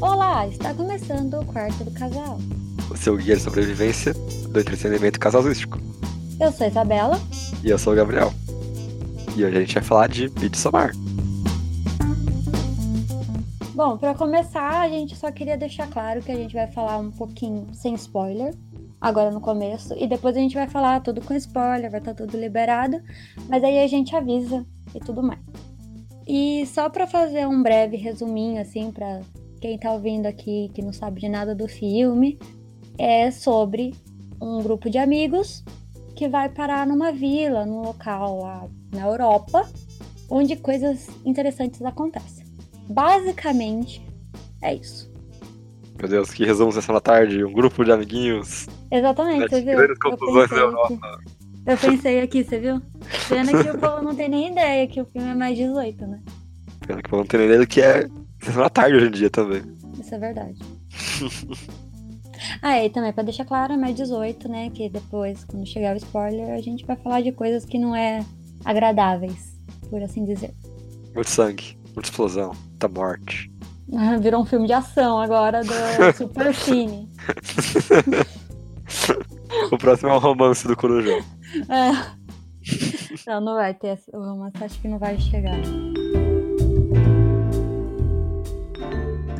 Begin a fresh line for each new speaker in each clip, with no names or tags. Olá, está começando o quarto do casal.
O seu guia de sobrevivência do entretenimento casalístico.
Eu sou a Isabela.
E eu sou o Gabriel. E hoje a gente vai falar de Midsommar.
Bom, para começar, a gente só queria deixar claro que a gente vai falar um pouquinho sem spoiler, agora no começo, e depois a gente vai falar tudo com spoiler, vai estar tudo liberado, mas aí a gente avisa e tudo mais. E só para fazer um breve resuminho assim para quem tá ouvindo aqui que não sabe de nada do filme, é sobre um grupo de amigos que vai parar numa vila, num local lá na Europa, onde coisas interessantes acontecem. Basicamente é isso.
Meu Deus, que resumo sessão da tarde. Um grupo de amiguinhos.
Exatamente, você
das
viu?
grandes
Eu
confusões da
pensei aqui.
Europa.
Eu pensei aqui, você viu? Pena que o povo não tem nem ideia que o filme é mais 18, né?
Pena que eu não tenho ideia do que é sessão da tarde hoje em dia também.
Isso é verdade. ah, e também, pra deixar claro, é mais 18, né? Que depois, quando chegar o spoiler, a gente vai falar de coisas que não é agradáveis, por assim dizer.
Muito sangue, muita explosão, muita morte.
Virou um filme de ação agora do Super Cine.
O próximo é o romance do Corujão.
É. Não, Então, não vai ter essa- o romance, acho que não vai chegar.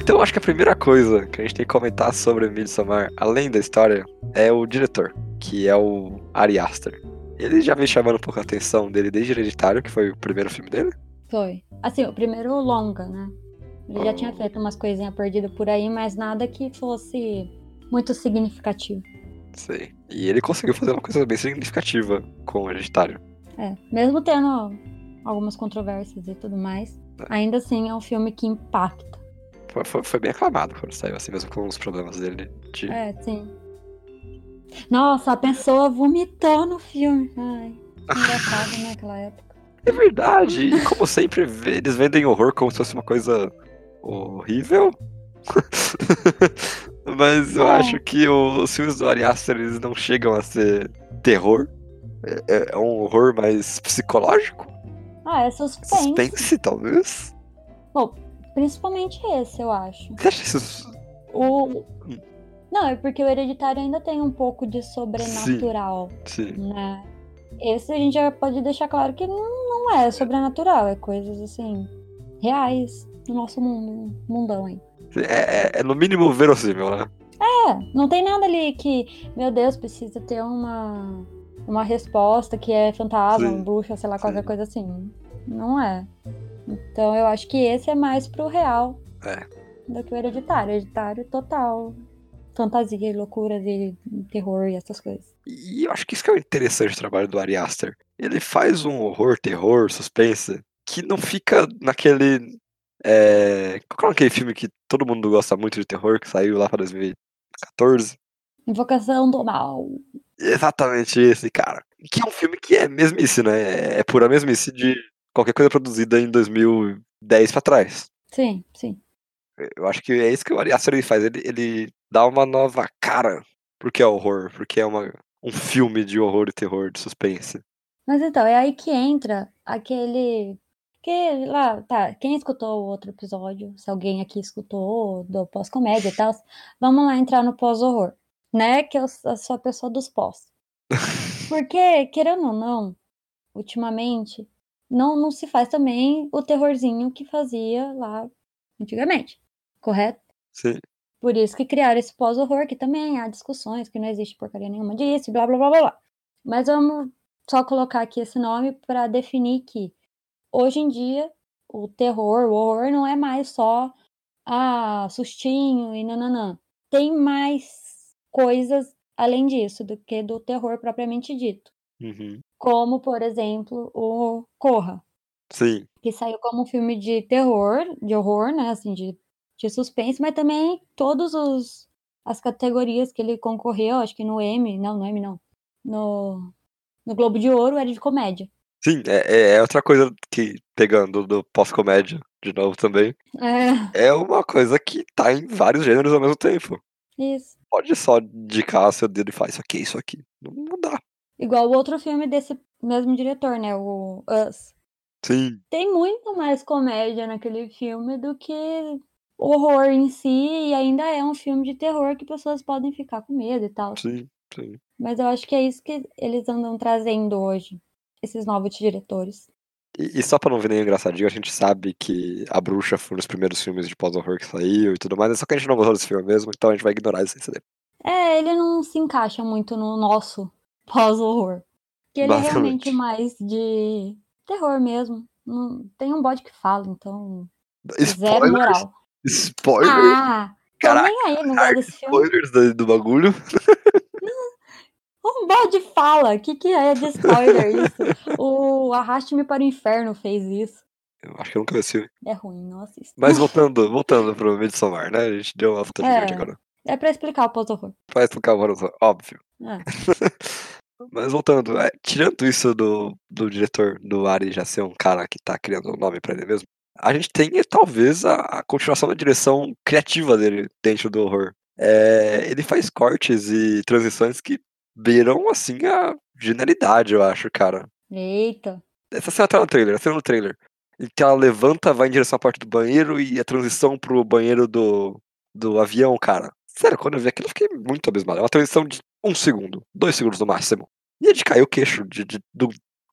Então, eu acho que a primeira coisa que a gente tem que comentar sobre Midsommar, além da história, é o diretor, que é o Ari Aster. Ele já vem chamando um pouco a atenção dele desde Hereditário, que foi o primeiro filme dele.
Foi. Assim, o primeiro longa, né? Ele já tinha feito umas coisinhas perdidas por aí, mas nada que fosse muito significativo.
Sei. E ele conseguiu fazer uma coisa bem significativa com o Hereditário.
É, mesmo tendo algumas controvérsias e tudo mais, ainda assim é um filme que impacta.
Foi, foi- foi bem aclamado quando saiu, assim, mesmo com os problemas dele de
É, sim. Nossa, a pessoa vomitou no filme. Ai, engraçado naquela época.
É verdade. E como sempre, vê- eles vendem horror como se fosse uma coisa horrível. Mas eu
É.
acho que o- os filmes do Ari Aster eles não chegam a ser terror. É- É, é um horror mais psicológico,
Ah, é suspense.
suspense, talvez.
Principalmente esse, eu acho.
Você acha isso?
O... Não, é porque o Hereditário ainda tem um pouco de sobrenatural,
Sim.
né? Esse a gente já pode deixar claro que não, não é sobrenatural, é coisas assim, reais do nosso mundo, mundão aí.
É, é- é no mínimo verossímil, né?
É, não tem nada ali que, meu Deus, precisa ter uma, uma resposta que é fantasma,
Sim,
bruxa, sei lá, qualquer
sim.
coisa assim. Não é. Então eu acho que esse é mais pro real
É.
do que o hereditário. Hereditário total. Fantasia e loucuras e terror e essas coisas.
E eu acho que isso que é o interessante do trabalho do Ari Aster. Ele faz um horror, terror, suspense, que não fica naquele. É... Qual é aquele filme que todo mundo gosta muito de terror, que saiu lá pra 2014?
Invocação do mal.
Exatamente esse, cara. Que é um filme que é mesmice, né? É pura mesmice de qualquer coisa produzida em 2010 pra trás.
Sim, sim.
Eu acho que é isso que o Ari Aster ele faz. Ele, ele dá uma nova cara porque é horror, porque é uma, um filme de horror e terror, de suspense.
Mas então, é aí que entra aquele. Que lá, tá, quem escutou o outro episódio, se alguém aqui escutou do pós-comédia e tal, vamos lá entrar no pós-horror, né? Que eu, s- eu sou a pessoa dos pós. Porque, querendo ou não, ultimamente, não, não se faz também o terrorzinho que fazia lá antigamente, correto?
Sim.
Por isso que criaram esse pós-horror, que também há discussões, que não existe porcaria nenhuma disso, blá blá blá blá blá. Mas vamos só colocar aqui esse nome para definir que hoje em dia o terror, o horror não é mais só ah, sustinho e nananã. Tem mais coisas além disso do que do terror propriamente dito.
Uhum.
Como, por exemplo, o Corra
Sim.
que saiu como um filme de terror, de horror, né, assim, de, de suspense, mas também todos os as categorias que ele concorreu, acho que no M, não, no M não, no, no Globo de Ouro era de comédia.
Sim, é, é- é outra coisa que, pegando do pós-comédia de novo também,
É,
é uma coisa que tá em vários gêneros ao mesmo tempo.
isso.
Pode só indicar seu dedo e falar isso aqui, isso aqui. Não, não dá.
Igual o outro filme desse mesmo diretor, né, o Us.
Sim,
Tem muito mais comédia naquele filme do que horror em si e ainda é um filme de terror que pessoas podem ficar com medo e tal.
Sim, sim.
Mas eu acho que é isso que eles andam trazendo hoje, esses novos diretores.
E, e só pra não ver nem engraçadinho, a gente sabe que A Bruxa foi um dos primeiros filmes de pós-horror que saiu e tudo mais, é só que a gente não gostou desse filme mesmo, então a gente vai ignorar esse CD.
É, ele não se encaixa muito no nosso pós-horror. Porque ele é realmente
Basicamente.
mais de terror mesmo. Não- tem um bode que fala, então. Zero
Spoiler,
moral.
spoiler,
Ah, tô
caraca,
nem aí, não gosto desse filme.
spoilers do, do bagulho.
Um bode fala, o que, que é de spoiler isso? o Arraste-me para o Inferno fez isso.
Eu acho que eu nunca vi esse filme.
É ruim, não assista.
Mas voltando, voltando pro Midsommar, né? A gente deu uma foto
É.
gigante agora.
É pra explicar o pós-horror.
Faz pro cavalo, óbvio.
Ah,
Mas voltando, é, tirando isso do, do diretor do Ari já ser um cara que tá criando um nome pra ele mesmo, a gente tem eh, talvez a, a continuação da direção criativa dele dentro do horror. É, ele faz cortes e transições que beiram, assim, a genialidade, eu acho, cara.
eita.
Essa cena tá no trailer, essa cena no trailer. Em que ela levanta, vai em direção à porta do banheiro e a transição pro banheiro do, do avião, cara. Sério, quando eu vi aquilo eu fiquei muito abismado. É uma transição de um segundo, dois segundos no máximo. E é de cair o queixo de, de- do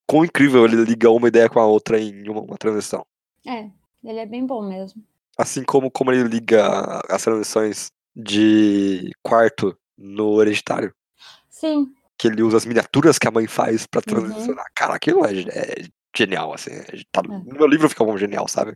quão incrível ele liga uma ideia com a outra em uma, uma transição.
É, ele é bem bom mesmo.
Assim como, como ele liga a- as transições de quarto no hereditário,
Sim,
que ele usa as miniaturas que a mãe faz pra
Uhum.
transicionar. Cara, aquilo é, é genial, assim. é- tá- no meu livro fica bom genial, sabe?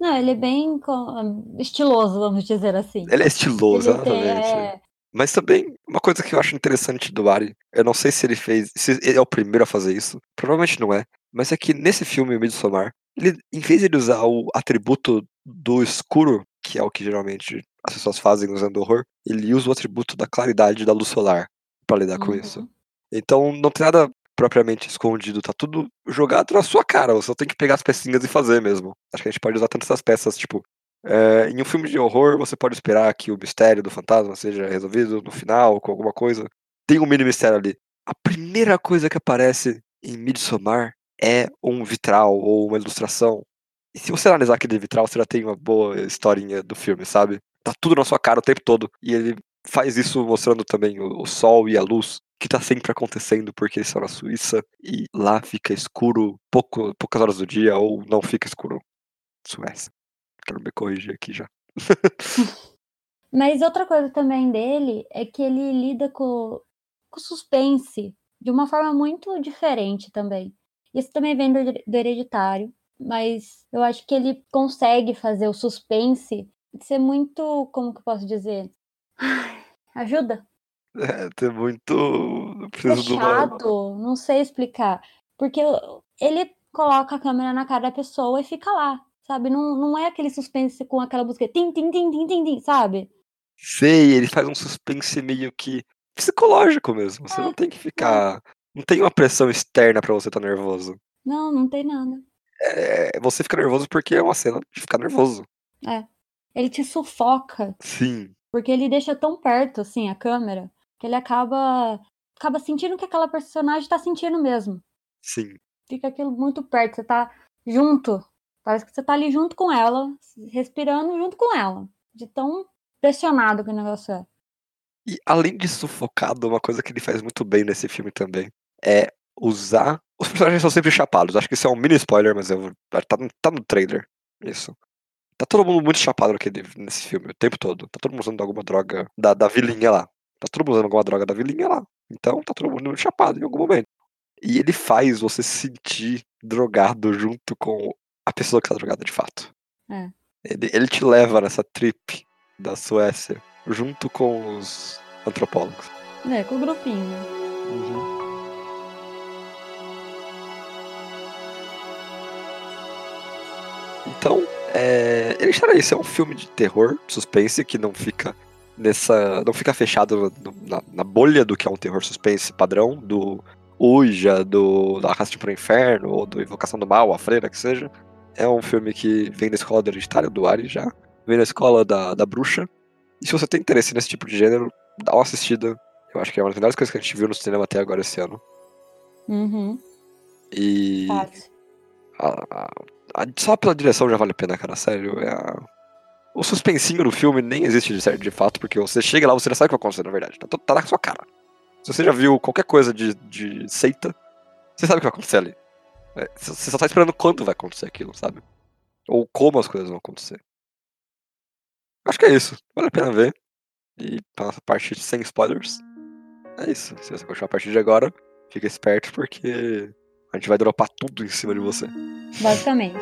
não, ele é bem co- hum, estiloso, vamos dizer assim.
Ela é estilosa,
Ele tem,
exatamente.
é,
Mas também, uma coisa que eu acho interessante do Ari, eu não sei se ele fez. Se ele é o primeiro a fazer isso, provavelmente não é. Mas é que nesse filme, o Midsommar, ele, em vez de ele usar o atributo do escuro, que é o que geralmente as pessoas fazem usando horror, ele usa o atributo da claridade da luz solar pra lidar tá com isso.
uhum.
Então não tem nada propriamente escondido, tá tudo jogado na sua cara. Você só tem que pegar as pecinhas e fazer mesmo. Acho que a gente pode usar tantas essas peças, tipo. eh, em um filme de horror, você pode esperar que o mistério do fantasma seja resolvido no final, com alguma coisa. Tem um mini mistério ali. A primeira coisa que aparece em Midsommar é um vitral ou uma ilustração. E se você analisar aquele vitral, você já tem uma boa historinha do filme, sabe? Tá tudo na sua cara o tempo todo. E ele faz isso mostrando também o, o sol e a luz, que tá sempre acontecendo porque eles estão na Suíça e lá fica escuro pouco, poucas horas do dia ou não fica escuro. Suécia. Quero me corrigir aqui já.
Mas outra coisa também dele é que ele lida com com o suspense de uma forma muito diferente também. Isso também vem do, do hereditário, mas eu acho que ele consegue fazer o suspense ser muito, como que eu posso dizer? Ai, Ajuda.
É, tem muito. eu Preciso de uma-
fechado, É não sei explicar. Porque eu- ele coloca a câmera na cara da pessoa e fica lá, sabe? Não, não é aquele suspense com aquela música tim, tim, tim, tim, tim, tim, sabe?
Sei, ele faz um suspense meio que psicológico mesmo. Você
É,
não tem que ficar. Não tem uma pressão externa pra você estar nervoso.
Não, não tem nada.
É, você fica nervoso porque é uma cena de ficar nervoso.
Ele te sufoca,
Sim.
porque ele deixa tão perto, assim, a câmera, que ele acaba, acaba sentindo o que aquela personagem tá sentindo mesmo.
Sim.
Fica aquilo muito perto, você tá junto. Parece que você tá ali junto com ela, respirando junto com ela. De tão pressionado que o negócio é.
E além de sufocado, uma coisa que ele faz muito bem nesse filme também é usar. Os personagens são sempre chapados. Acho que isso é um mini spoiler, mas eu vou... tá, no- tá no trailer. Isso. Tá todo mundo muito chapado naquele, nesse filme, o tempo todo. Tá todo mundo usando alguma droga da, da vilinha lá. Tá todo mundo usando alguma droga da vilinha lá. Então tá todo mundo muito chapado em algum momento. E ele faz você se sentir drogado junto com a pessoa que tá drogada de fato.
É.
Ele, ele te leva nessa trip da Suécia junto com os antropólogos.
É, com o grupinho. né?
Uhum. Então, é, ele estará isso. É um filme de terror, suspense, que não fica nessa. não fica fechado no- no- na, na bolha do que é um terror suspense padrão, do Uja, do da Arraste para o Inferno, ou do Invocação do Mal, a Freira, que seja. É um filme que vem da escola do hereditário, do Ari já, vem da escola da, da bruxa. E se você tem interesse nesse tipo de gênero, dá uma assistida. Eu acho que é uma das melhores coisas que a gente viu no cinema até agora esse ano.
Uhum,
E
fácil.
a- a- a- só pela direção já vale a pena, cara, sério. É a- O suspensinho do filme nem existe de certo de fato, porque você chega lá, você já sabe o que vai acontecer, na verdade. Tá, tá na sua cara. Se você já viu qualquer coisa de, de seita, você sabe o que vai acontecer ali. É, Você só tá esperando quando vai acontecer aquilo, sabe? Ou como as coisas vão acontecer. Acho que é isso. Vale a pena ver. E pra nossa parte sem spoilers. É isso. Se você gostou a partir de agora, fica esperto porque a gente vai dropar tudo em cima de você.
Basicamente.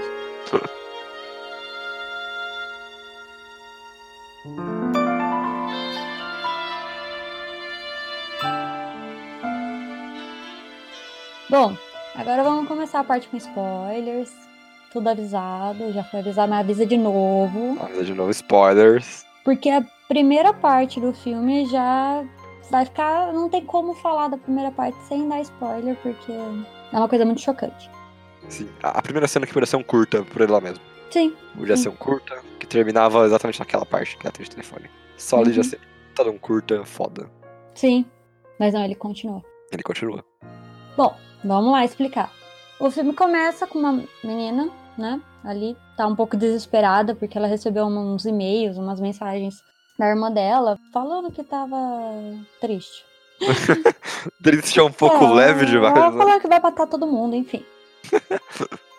Bom, agora vamos começar a parte com spoilers. Tudo avisado, já foi avisado, mas avisa de novo.
Mas de novo, spoilers.
Porque a primeira parte do filme já vai ficar. Não tem como falar da primeira parte sem dar spoiler, porque é uma coisa muito chocante.
Sim. A a primeira cena que podia ser um curta por ele lá mesmo.
Sim,
Podia ser um curta que terminava exatamente naquela parte que é a atriz de telefone. Só ali já
Uhum.
seria todo um curta foda.
sim. Mas não, ele continua.
Ele continua.
Bom, vamos lá explicar. O filme começa com uma menina, né? Ali tá um pouco desesperada porque ela recebeu uns e-mails, umas mensagens da irmã dela falando que tava triste.
Triste é um pouco
É,
leve
Ela
demais, né?
falou que vai matar todo mundo, enfim.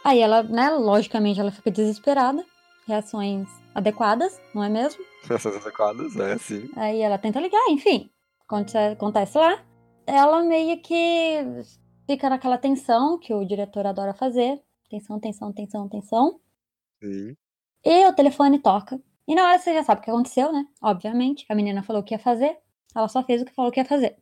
Aí ela, né, logicamente ela fica desesperada, reações adequadas, não é mesmo?
Essas adequadas, é assim.
Aí ela tenta ligar, enfim. Aconte- Acontece lá. Ela meio que fica naquela tensão que o diretor adora fazer. Tensão, tensão, tensão, tensão.
Sim.
E o telefone toca. E na hora você já sabe o que aconteceu, né? Obviamente. A menina falou o que ia fazer. Ela só fez o que falou que ia fazer.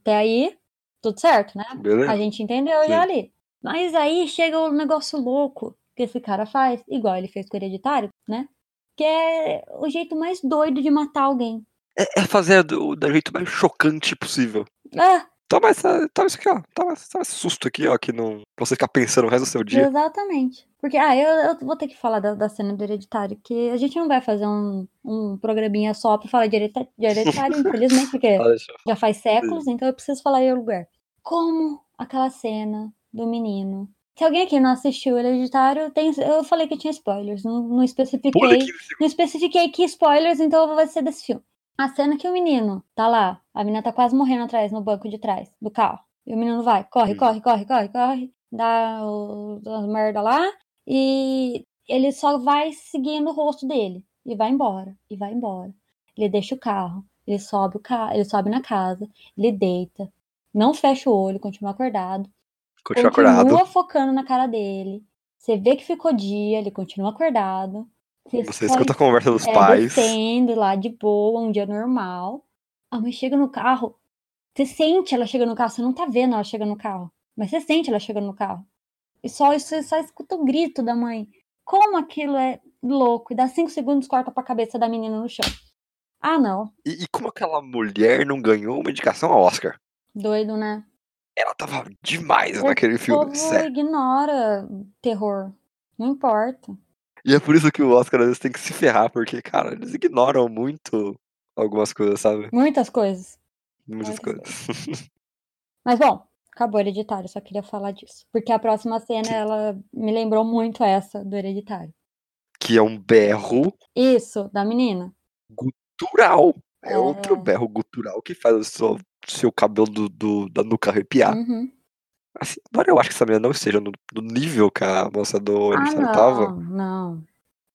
Até aí, tudo certo, né?
Beleza?
A gente entendeu
Sim.
já ali. Mas aí chega o negócio louco que esse cara faz, igual ele fez com o hereditário, né? Que é o jeito mais doido de matar alguém.
É, é fazer do, do jeito mais chocante possível.
Ah,
Toma, essa, toma isso aqui, ó. Toma, esse- toma esse susto aqui, ó, que não. Pra você ficar pensando o resto do seu dia.
exatamente. Porque, ah, eu, eu vou ter que falar da, da cena do hereditário, que a gente não vai fazer um, um programinha só pra falar de hereta- de hereditário, infelizmente, porque
Ah, deixa eu-
já faz séculos, então eu preciso falar em algum lugar. Como aquela cena do menino. Se alguém aqui não assistiu o hereditário, tem, eu falei que tinha spoilers, não, não especifiquei.
Pula 15 segundos.
Não especifiquei que spoilers, então vai ser desse filme. A cena que o menino tá lá, a menina tá quase morrendo atrás, no banco de trás do carro. E o menino vai, corre,
Hum.
corre, corre, corre, corre, dá o, as merda lá. E ele só vai seguindo o rosto dele. E vai embora, e vai embora. Ele deixa o carro, ele sobe o carro, ele sobe na casa, ele deita. Não fecha o olho, continua acordado
Continua acordado.
focando na cara dele. Você vê que ficou dia, ele continua acordado.
Você
só
escuta a conversa dos
é,
pais.
descendo lá de boa, um dia normal. A mãe chega no carro. Você sente ela chegando no carro, você não tá vendo ela chegando no carro. Mas você sente ela chegando no carro. E só isso, você só escuta o grito da mãe. Como aquilo é louco. E dá cinco segundos, corta pra cabeça da menina no chão. Ah, não.
E, e como aquela mulher não ganhou uma indicação ao Oscar?
Doido, né?
Ela tava demais
O
naquele
O
filme,
povo
sério.
ignora terror. Não importa.
E é por isso que o Oscar às vezes tem que se ferrar, porque, cara, eles ignoram muito algumas coisas, sabe?
Muitas coisas. Muitas
Muitas coisas.
Mas bom, acabou o hereditário, só queria falar disso. Porque a próxima cena, ela me lembrou muito essa do hereditário.
Que é um berro
Isso, da menina.
gutural. É,
É.
outro berro gutural que faz o seu, seu cabelo do, do- da nuca arrepiar.
Uhum.
Assim, embora eu acho que essa menina não esteja no, no nível que a moça do
Ah,
aniversário
não,
tava.
não.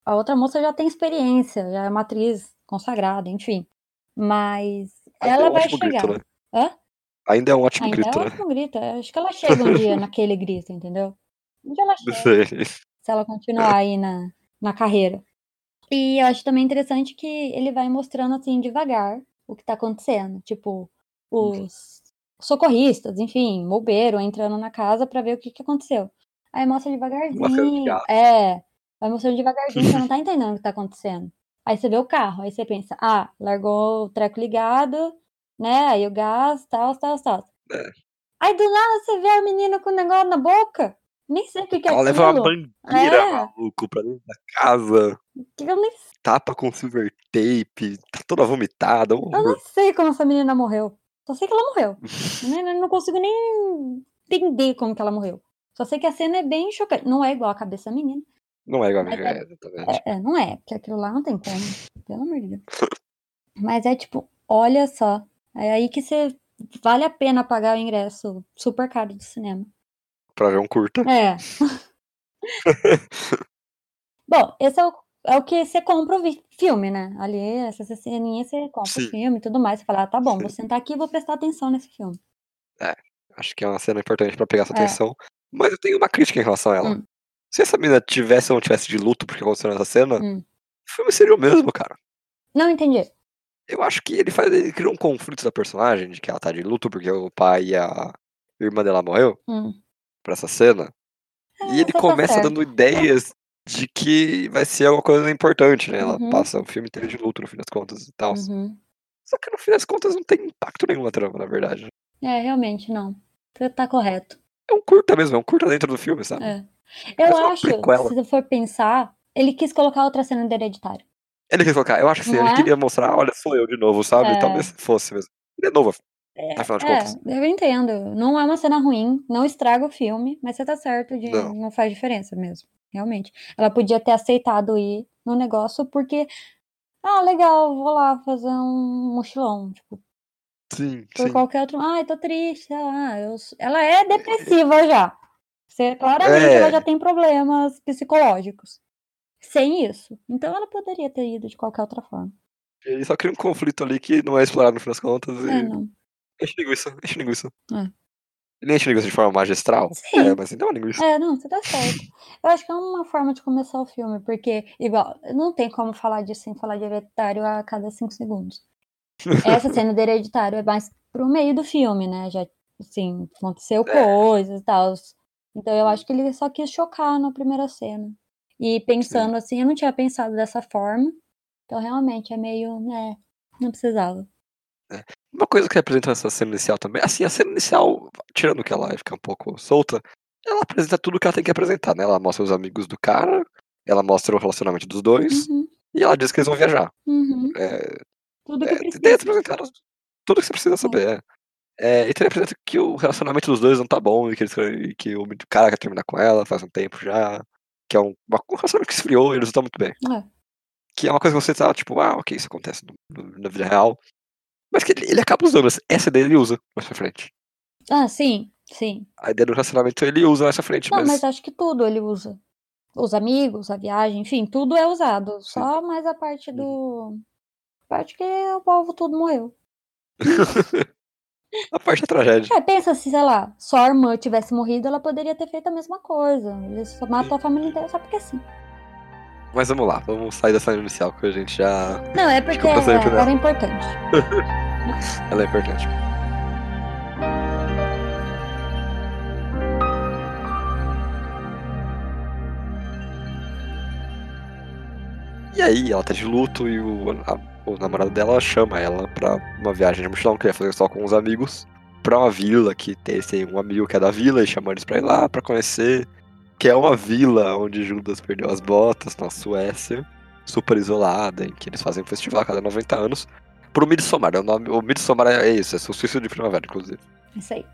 A outra moça já tem experiência, já é uma atriz consagrada, enfim. Mas
ainda
ela
é um
vai
ótimo
chegar.
grito, né?
Hã?
Ainda é um ótimo
Ainda
grito,
é um
né?
ótimo grito. eu Acho que ela chega um dia naquele grito, entendeu? Um dia ela
Não
chega.
sei.
se ela continuar aí na, na carreira. E eu acho também interessante que ele vai mostrando assim devagar o que tá acontecendo, tipo os socorristas, enfim, bombeiro entrando na casa pra ver o que que aconteceu. Aí mostra devagarzinho.
teatro.
É, vai mostrando devagarzinho, você não tá entendendo o que tá acontecendo. Aí você vê o carro, aí você pensa: "Ah, largou o treco ligado, né? Aí o gás, tal, tal, tal".
É.
Aí do nada você vê a menina com o negócio na boca. Nem sei o que que é
Ela leva uma
aquilo.
bandeira,
É.
maluco, pra dentro da casa.
Que Eu nem,
Tapa com silver tape. Tá toda vomitada. um
eu
horror.
nem sei como essa menina morreu. Só sei que ela morreu. Eu nem- eu não consigo nem entender como que ela morreu. Só sei que a cena é bem chocante. Não é igual a cabeça da menina,
Não é igual a Vingadores,
Mas
exatamente.
É, é, não é, porque aquilo lá não tem como. Pelo amor de Deus. Mas é tipo, olha só. É aí que você. Vale a pena pagar o ingresso super caro do cinema.
Pra ver um curta.
É. Bom, esse é o, é o que você compra o vi- filme, né? Ali, essa ceninha, você compra
Sim.
o filme e tudo mais. Você fala, ah, tá bom, vou
Sim.
sentar aqui e vou prestar atenção nesse filme.
Acho que é uma cena importante pra pegar sua
É.
atenção. Mas eu tenho uma crítica em relação a ela.
Hum.
Se essa menina tivesse ou não tivesse de luto porque aconteceu nessa cena,
Hum.
o filme seria o mesmo, cara.
Não entendi.
Eu acho que ele faz. Ele cria um conflito da personagem, de que ela tá de luto porque o pai e a irmã dela morreu
Hum.
pra essa cena.
Ah,
E ele
você tá
começa
certo.
dando ideias de que vai ser alguma coisa importante, né? Ela
Uhum.
passa o filme inteiro de luto, no fim das contas e tal.
Uhum.
Só que no fim das contas não tem impacto nenhum na trama, na verdade.
É, realmente, não. Você tá correto.
É um curta mesmo, é um curta dentro do filme, sabe?
É.
Mas
Eu
é uma
acho,
prequela.
se você for pensar, ele quis colocar outra cena do hereditário.
Ele quis colocar, eu acho que sim,
Não
ele
é?
queria mostrar, olha, sou eu de novo, sabe?
É.
Talvez fosse mesmo. Ele é novo,
É,
afinal de contas.
é, eu entendo. Não é uma cena ruim, não estraga o filme, mas você tá certo de
Não.
não, faz diferença mesmo. Realmente. Ela podia ter aceitado ir no negócio porque. Ah, legal, vou lá fazer um mochilão. Tipo,
Sim,
por qualquer outro. Ai, tô triste, sei lá. eu sou- Ela é depressiva já. Você, claramente
É.
ela já tem problemas psicológicos. Sem isso. Então ela poderia ter ido de qualquer outra forma.
Ele só cria um conflito ali que não é explorado no fim das contas.
É,
E...
não.
Enche linguiça, enche linguiça.
É.
Ele enche linguiça de forma magistral.
Sim.
É, mas então é uma linguiça.
É, não, você tá certo. Eu acho que é uma forma de começar o filme, porque, igual, não tem como falar disso sem falar de hereditário a cada cinco segundos. Essa cena do hereditário é mais pro meio do filme, né? Já, assim, aconteceu
É.
coisas e tal. Então
Uhum.
eu acho que ele só quis chocar na primeira cena. E pensando assim, eu não tinha pensado dessa forma. Então realmente é meio, né? Não precisava.
Uma coisa que apresenta nessa cena inicial também, assim, a cena inicial, tirando que ela fica um pouco solta, ela apresenta tudo que ela tem que apresentar, né? Ela mostra os amigos do cara, ela mostra o relacionamento dos dois,
Uhum,
e ela diz que eles vão viajar.
uhum.
É,
Tudo que
É, ideias
precisa.
apresentaram tudo que você
Hum.
precisa saber. É. É, então ele apresenta que o relacionamento dos dois não tá bom e que, eles, e que o cara quer terminar com ela faz um tempo já. Que é um, uma- um relacionamento que esfriou e eles não estão muito bem.
É.
Que é uma coisa que você tá tipo, ah, ok, isso acontece no- no- na vida real. Mas que ele, ele acaba usando essa- essa ideia, ele usa mais pra frente.
Ah, sim, sim.
A ideia do relacionamento ele usa mais pra frente,
Não,
mas,
mas é acho que tudo ele usa. Os amigos, a viagem, enfim, tudo é usado. Só mais a parte do. a parte que o povo todo morreu.
a parte da tragédia.
É, pensa se, sei lá, só a irmã tivesse morrido, ela poderia ter feito a mesma coisa. Ele só matou a família inteira só porque sim.
Mas vamos lá, vamos sair da cena inicial que a gente já.
Não, é porque
Desculpa, saiu
é,
primeiro.
era importante.
Ela é importante. E aí, ela tá de luto e o, a- o namorado dela chama ela pra uma viagem de mochilão que ele ia fazer só com os amigos pra uma vila que tem, tem um amigo que é da vila e chamou eles pra ir lá pra conhecer. Que é uma vila onde Judas perdeu as botas na Suécia, super isolada, em que eles fazem um festival a cada 90 anos. Pro Midsommar, é o nome. O Midsommar é isso, é suicídio de primavera, inclusive.
Isso aí.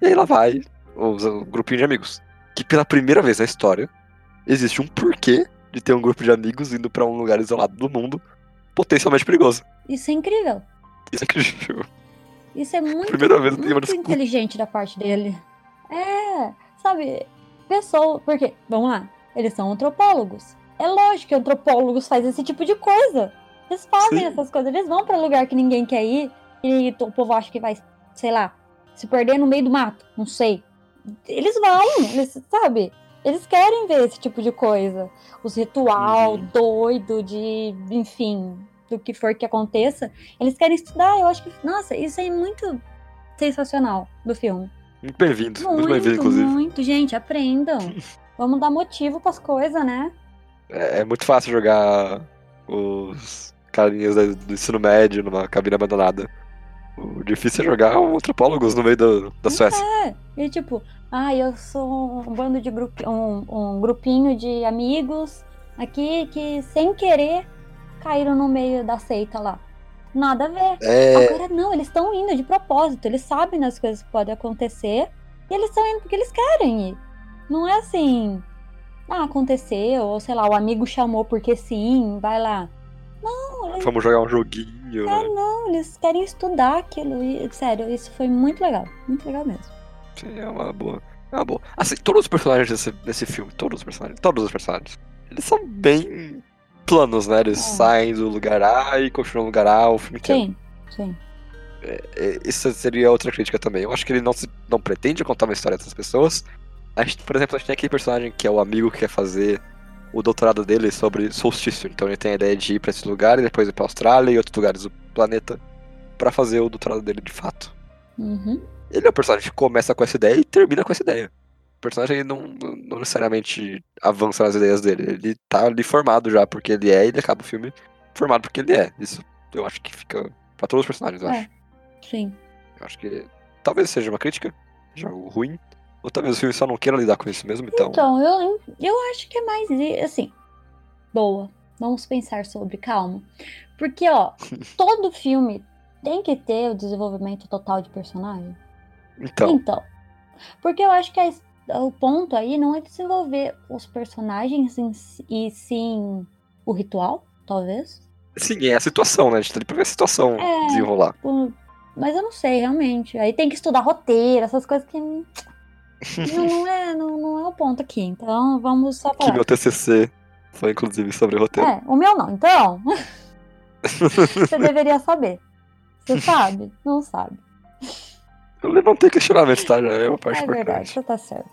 E aí ela vai, usa um grupinho de amigos. Que pela primeira vez na história, existe um porquê de ter um grupo de amigos indo pra um lugar isolado do mundo, potencialmente perigoso.
Isso é incrível.
Isso é incrível.
Isso é muito,
Primeira vez que tem uma
muito
desculpa.
inteligente da parte dele. É, sabe, pessoa. Porque, vamos lá, eles são antropólogos. É lógico que antropólogos fazem esse tipo de coisa. Eles fazem
Sim.
essas coisas, eles vão pra um lugar que ninguém quer ir e o povo acha que vai, sei lá, se perder no meio do mato. Não sei. Eles vão, eles, sabe? Eles querem ver esse tipo de coisa. Os ritual
Uhum.
doido de, enfim, do que for que aconteça. Eles querem estudar. Eu acho que, nossa, isso é muito sensacional do filme.
Muito bem-vindo, muito,
Muito,
bem-vindo,
muito,
inclusive.
gente, aprendam. Vamos dar motivo pras coisas, né?
É, é muito fácil jogar os carinhas da- do ensino médio numa cabine abandonada. O difícil é jogar um antropólogos no meio do- da Suécia.
E tipo, ah, eu sou um bando de grupi um, um grupinho de amigos aqui que sem querer caíram no meio da seita lá. Nada a ver.
É,
Agora não, eles estão indo de propósito, eles sabem das coisas que podem acontecer e eles estão indo porque eles querem ir. Não é assim, ah, aconteceu, ou sei lá, o amigo chamou porque sim, vai lá. Não, eles,
Vamos jogar um joguinho,
é,
né?
não, eles querem estudar aquilo. E, sério, isso foi muito legal. Muito legal mesmo.
Sim, é uma boa. É uma boa. Assim, todos os personagens desse, desse filme, todos os personagens, todos os personagens, eles são bem planos, né? Eles
É.
saem do lugar A e continuam no lugar A o filme inteiro.
Sim, sim.
É, Isso seria outra crítica também. Eu acho que ele não, se- não pretende contar uma história dessas pessoas. A gente, por exemplo, a gente tem aquele personagem que é o amigo que quer fazer o doutorado dele sobre solstício. Então ele tem a ideia de ir pra esse lugar e depois ir pra Austrália e outros lugares do planeta pra fazer o doutorado dele de fato.
Uhum.
Ele é o personagem que começa com essa ideia e termina com essa ideia. O personagem ele não, não necessariamente avança nas ideias dele. Ele tá ali formado já porque ele é e ele acaba o filme formado porque ele é. Isso eu acho que fica pra todos os personagens, eu
É.
acho.
Sim.
Eu acho que talvez seja uma crítica, já algo ruim. Ou talvez o filme só não queira lidar com isso mesmo, então.
Então, eu, eu acho que é mais i- assim. Boa. Vamos pensar sobre, calma. Porque, ó, todo filme tem que ter o desenvolvimento total de personagem.
Então,
Então. Porque eu acho que a his- o ponto aí não é desenvolver os personagens em si- e sim o ritual, talvez.
sim, é a situação, né? A gente tá ali pra ver a situação
É.
desenrolar.
Tipo, Mas eu não sei, realmente. Aí tem que estudar roteiro, essas coisas que. Não, não é, não, não é o ponto aqui. Então, vamos só
Que
falar.
meu TCC foi, inclusive, sobre roteiro.
É, o meu não. Então, você deveria saber. Você sabe? Não sabe.
Eu levantei questionamentos, tá? Já é uma parte
é verdade,
importante.
você tá certo.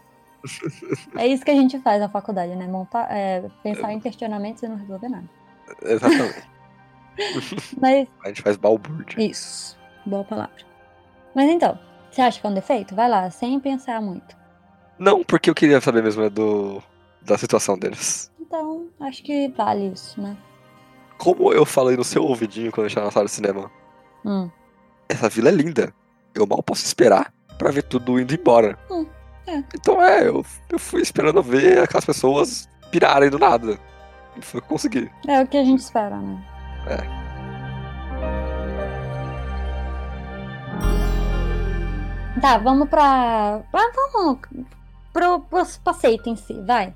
É isso que a gente faz na faculdade, né? Montar, é, pensar em questionamentos e não resolver nada.
Exatamente.
Mas,
A gente faz balbúrdia.
isso. Boa palavra. Mas então, você acha que é um defeito? Vai lá, sem pensar muito.
Não, porque eu queria saber mesmo é do. da situação deles.
Então, acho que vale isso, né?
Como eu falei no seu ouvidinho quando a gente tava na sala de cinema,
Hum.
essa vila é linda. Eu mal posso esperar pra ver tudo indo embora.
Hum, é.
Então é, eu, eu fui esperando ver aquelas pessoas pirarem do nada. E foi o que eu consegui.
É o que a gente espera, né? Tá, vamos pra. Ah, vamos pro, pro passeio em si, vai.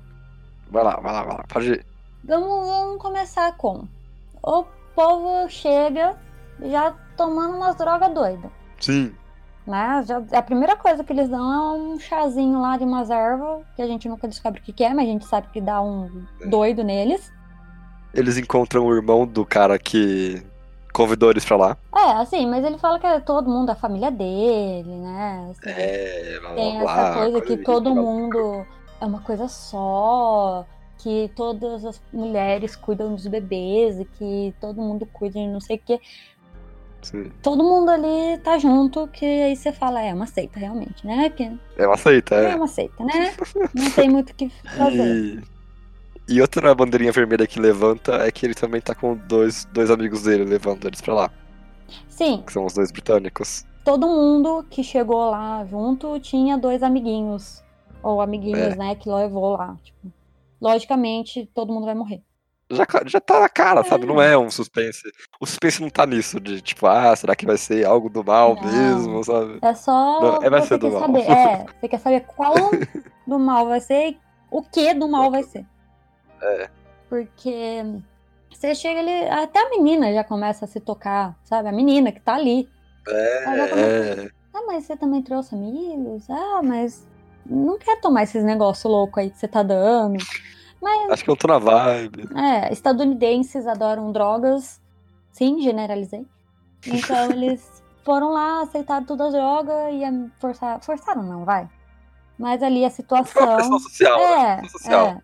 Vai lá, vai lá, vai lá. Pode ir.
Vamos, vamos começar com. O povo chega já tomando umas drogas doidas.
Sim.
Né? Já- a primeira coisa que eles dão é um chazinho lá de umas ervas, que a gente nunca descobre o que, que é, mas a gente sabe que dá um doido neles.
Eles encontram o irmão do cara que convidou eles pra lá.
É, assim, mas ele fala que é todo mundo, a família dele, né? assim.
É,
Tem essa coisa que
tá
todo mundo é uma coisa só, que todas as mulheres cuidam dos bebês e que todo mundo cuida de não sei o quê. Todo mundo ali tá junto, que aí você fala, é uma seita realmente, né? Que
É uma seita,
é
é.
uma seita, né? Não tem muito o que fazer.
E, e outra bandeirinha vermelha que levanta é que ele também tá com dois, dois amigos dele levando eles pra lá,
Sim,
que são os dois britânicos.
todo mundo que chegou lá junto tinha dois amiguinhos. Ou amiguinhos,
É.
né? Que levou lá. Tipo, logicamente, todo mundo vai morrer.
já, ca- já tá na cara, sabe?
É.
Não é um suspense. O suspense não tá nisso, de tipo, ah, será que vai ser algo do mal
Não.
mesmo, sabe?
É só.
Não, é, vai
você
ser
quer
do mal.
saber. É, você quer saber qual do mal vai ser e o que do mal vai ser.
É.
Porque você chega ali. Até a menina já começa a se tocar, sabe? A menina que tá ali. Ela já começa-
É, é.
Ah, mas você também trouxe amigos? Ah, mas não quer tomar esses negócios loucos aí que você tá dando. Mas,
Acho que eu tô na vibe.
é, estadunidenses adoram drogas. Sim, generalizei. Então eles foram lá, aceitaram todas as drogas e a- forçar, forçaram não, vai. Mas ali a
Foi uma pressão
situação.
social, né?
É,
pressão social.
é.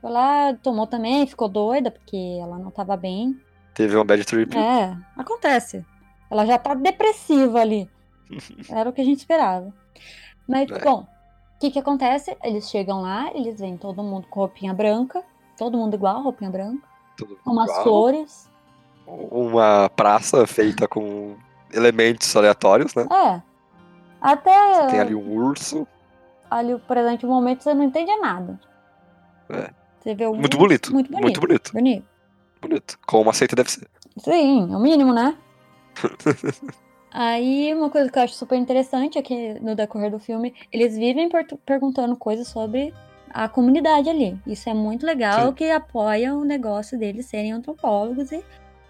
Foi lá, tomou também, ficou doida, porque ela não tava bem.
Teve um bad trip.
É, acontece. Ela já tá depressiva ali. Era o que a gente esperava. Mas,
É.
bom, o que que acontece? Eles chegam lá, eles veem todo mundo com roupinha branca. Todo mundo igual, roupinha branca.
tudo
Umas
igual.
flores.
Uma praça feita com elementos aleatórios, né?
É. Até
Tem ali um urso.
ali o presente momento você não entende nada.
É.
Você vê o
Muito bonito.
Um Muito bonito.
Muito bonito.
bonito.
bonito. Como uma seita deve ser.
Sim, é o mínimo, né? Aí, uma coisa que eu acho super interessante é que no decorrer do filme, eles vivem per- perguntando coisas sobre a comunidade ali. Isso é muito legal, que apoia o negócio deles serem antropólogos e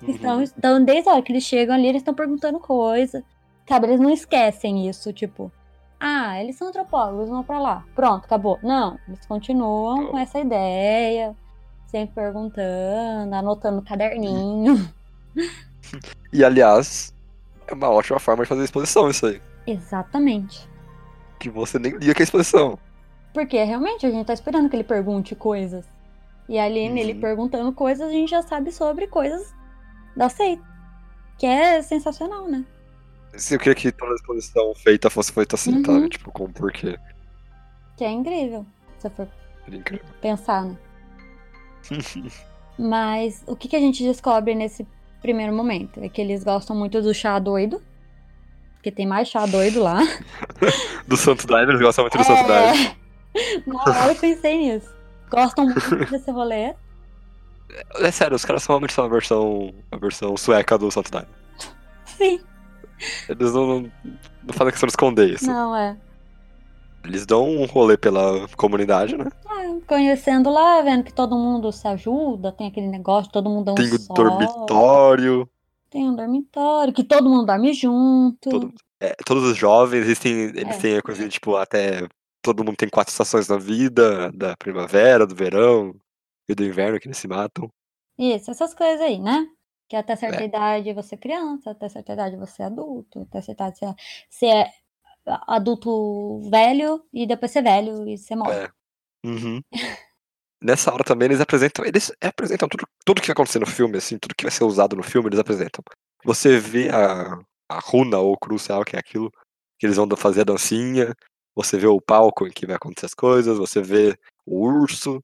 Uhum.
estão, estão, desde a hora que eles chegam ali, eles estão perguntando coisa. Sabe, eles não esquecem isso, tipo, ah, eles são antropólogos, vão para lá. Pronto, acabou. Não, eles continuam
Não.
com essa ideia, sempre perguntando, anotando no caderninho.
E aliás, é uma ótima forma de fazer exposição isso aí.
Exatamente.
Que você nem liga que é exposição.
Porque realmente a gente tá esperando que ele pergunte coisas. E ali
Uhum.
nele perguntando coisas, a gente já sabe sobre coisas da seita. Que é sensacional, né?
Se eu queria que toda exposição feita fosse feita assim,
Uhum.
sabe? Tipo, com porquê.
Que é incrível. Se for
Seria incrível.
pensar, né? Mas o que, que a gente descobre nesse primeiro momento? É que eles gostam muito do chá doido. Porque tem mais chá doido lá.
Do Santo Daime, eles gostam muito do Santo Daime.
É... Na hora eu pensei nisso. Gostam muito desse rolê.
É sério, os caras são realmente só a versão, a versão sueca do Santo Daime.
Sim.
Eles não, não, não fazem questão de esconder isso.
Não, é.
Eles dão um rolê pela comunidade, né?
Ah, Conhecendo lá, vendo que todo mundo se ajuda, tem aquele negócio, todo mundo dá um
Tem o
só,
dormitório,
Tem um dormitório, que todo mundo dorme junto.
Todo- é, todos os jovens, eles têm, eles
É.
têm a coisa de, tipo, até. Todo mundo tem quatro estações na vida, da primavera, do verão e do inverno que eles se matam.
Isso, essas coisas aí, né? Que até certa
É.
idade você é criança, até certa idade você é adulto, até certa idade você é, você é adulto velho e depois você é velho e você morre.
É. Uhum. Nessa hora também eles apresentam. Eles apresentam tudo, tudo que vai acontecer no filme, assim, tudo que vai ser usado no filme, eles apresentam. Você vê a, a runa ou cruz, sei lá o que é aquilo, que eles vão da- fazer a dancinha, você vê o palco em que vai acontecer as coisas, você vê o urso,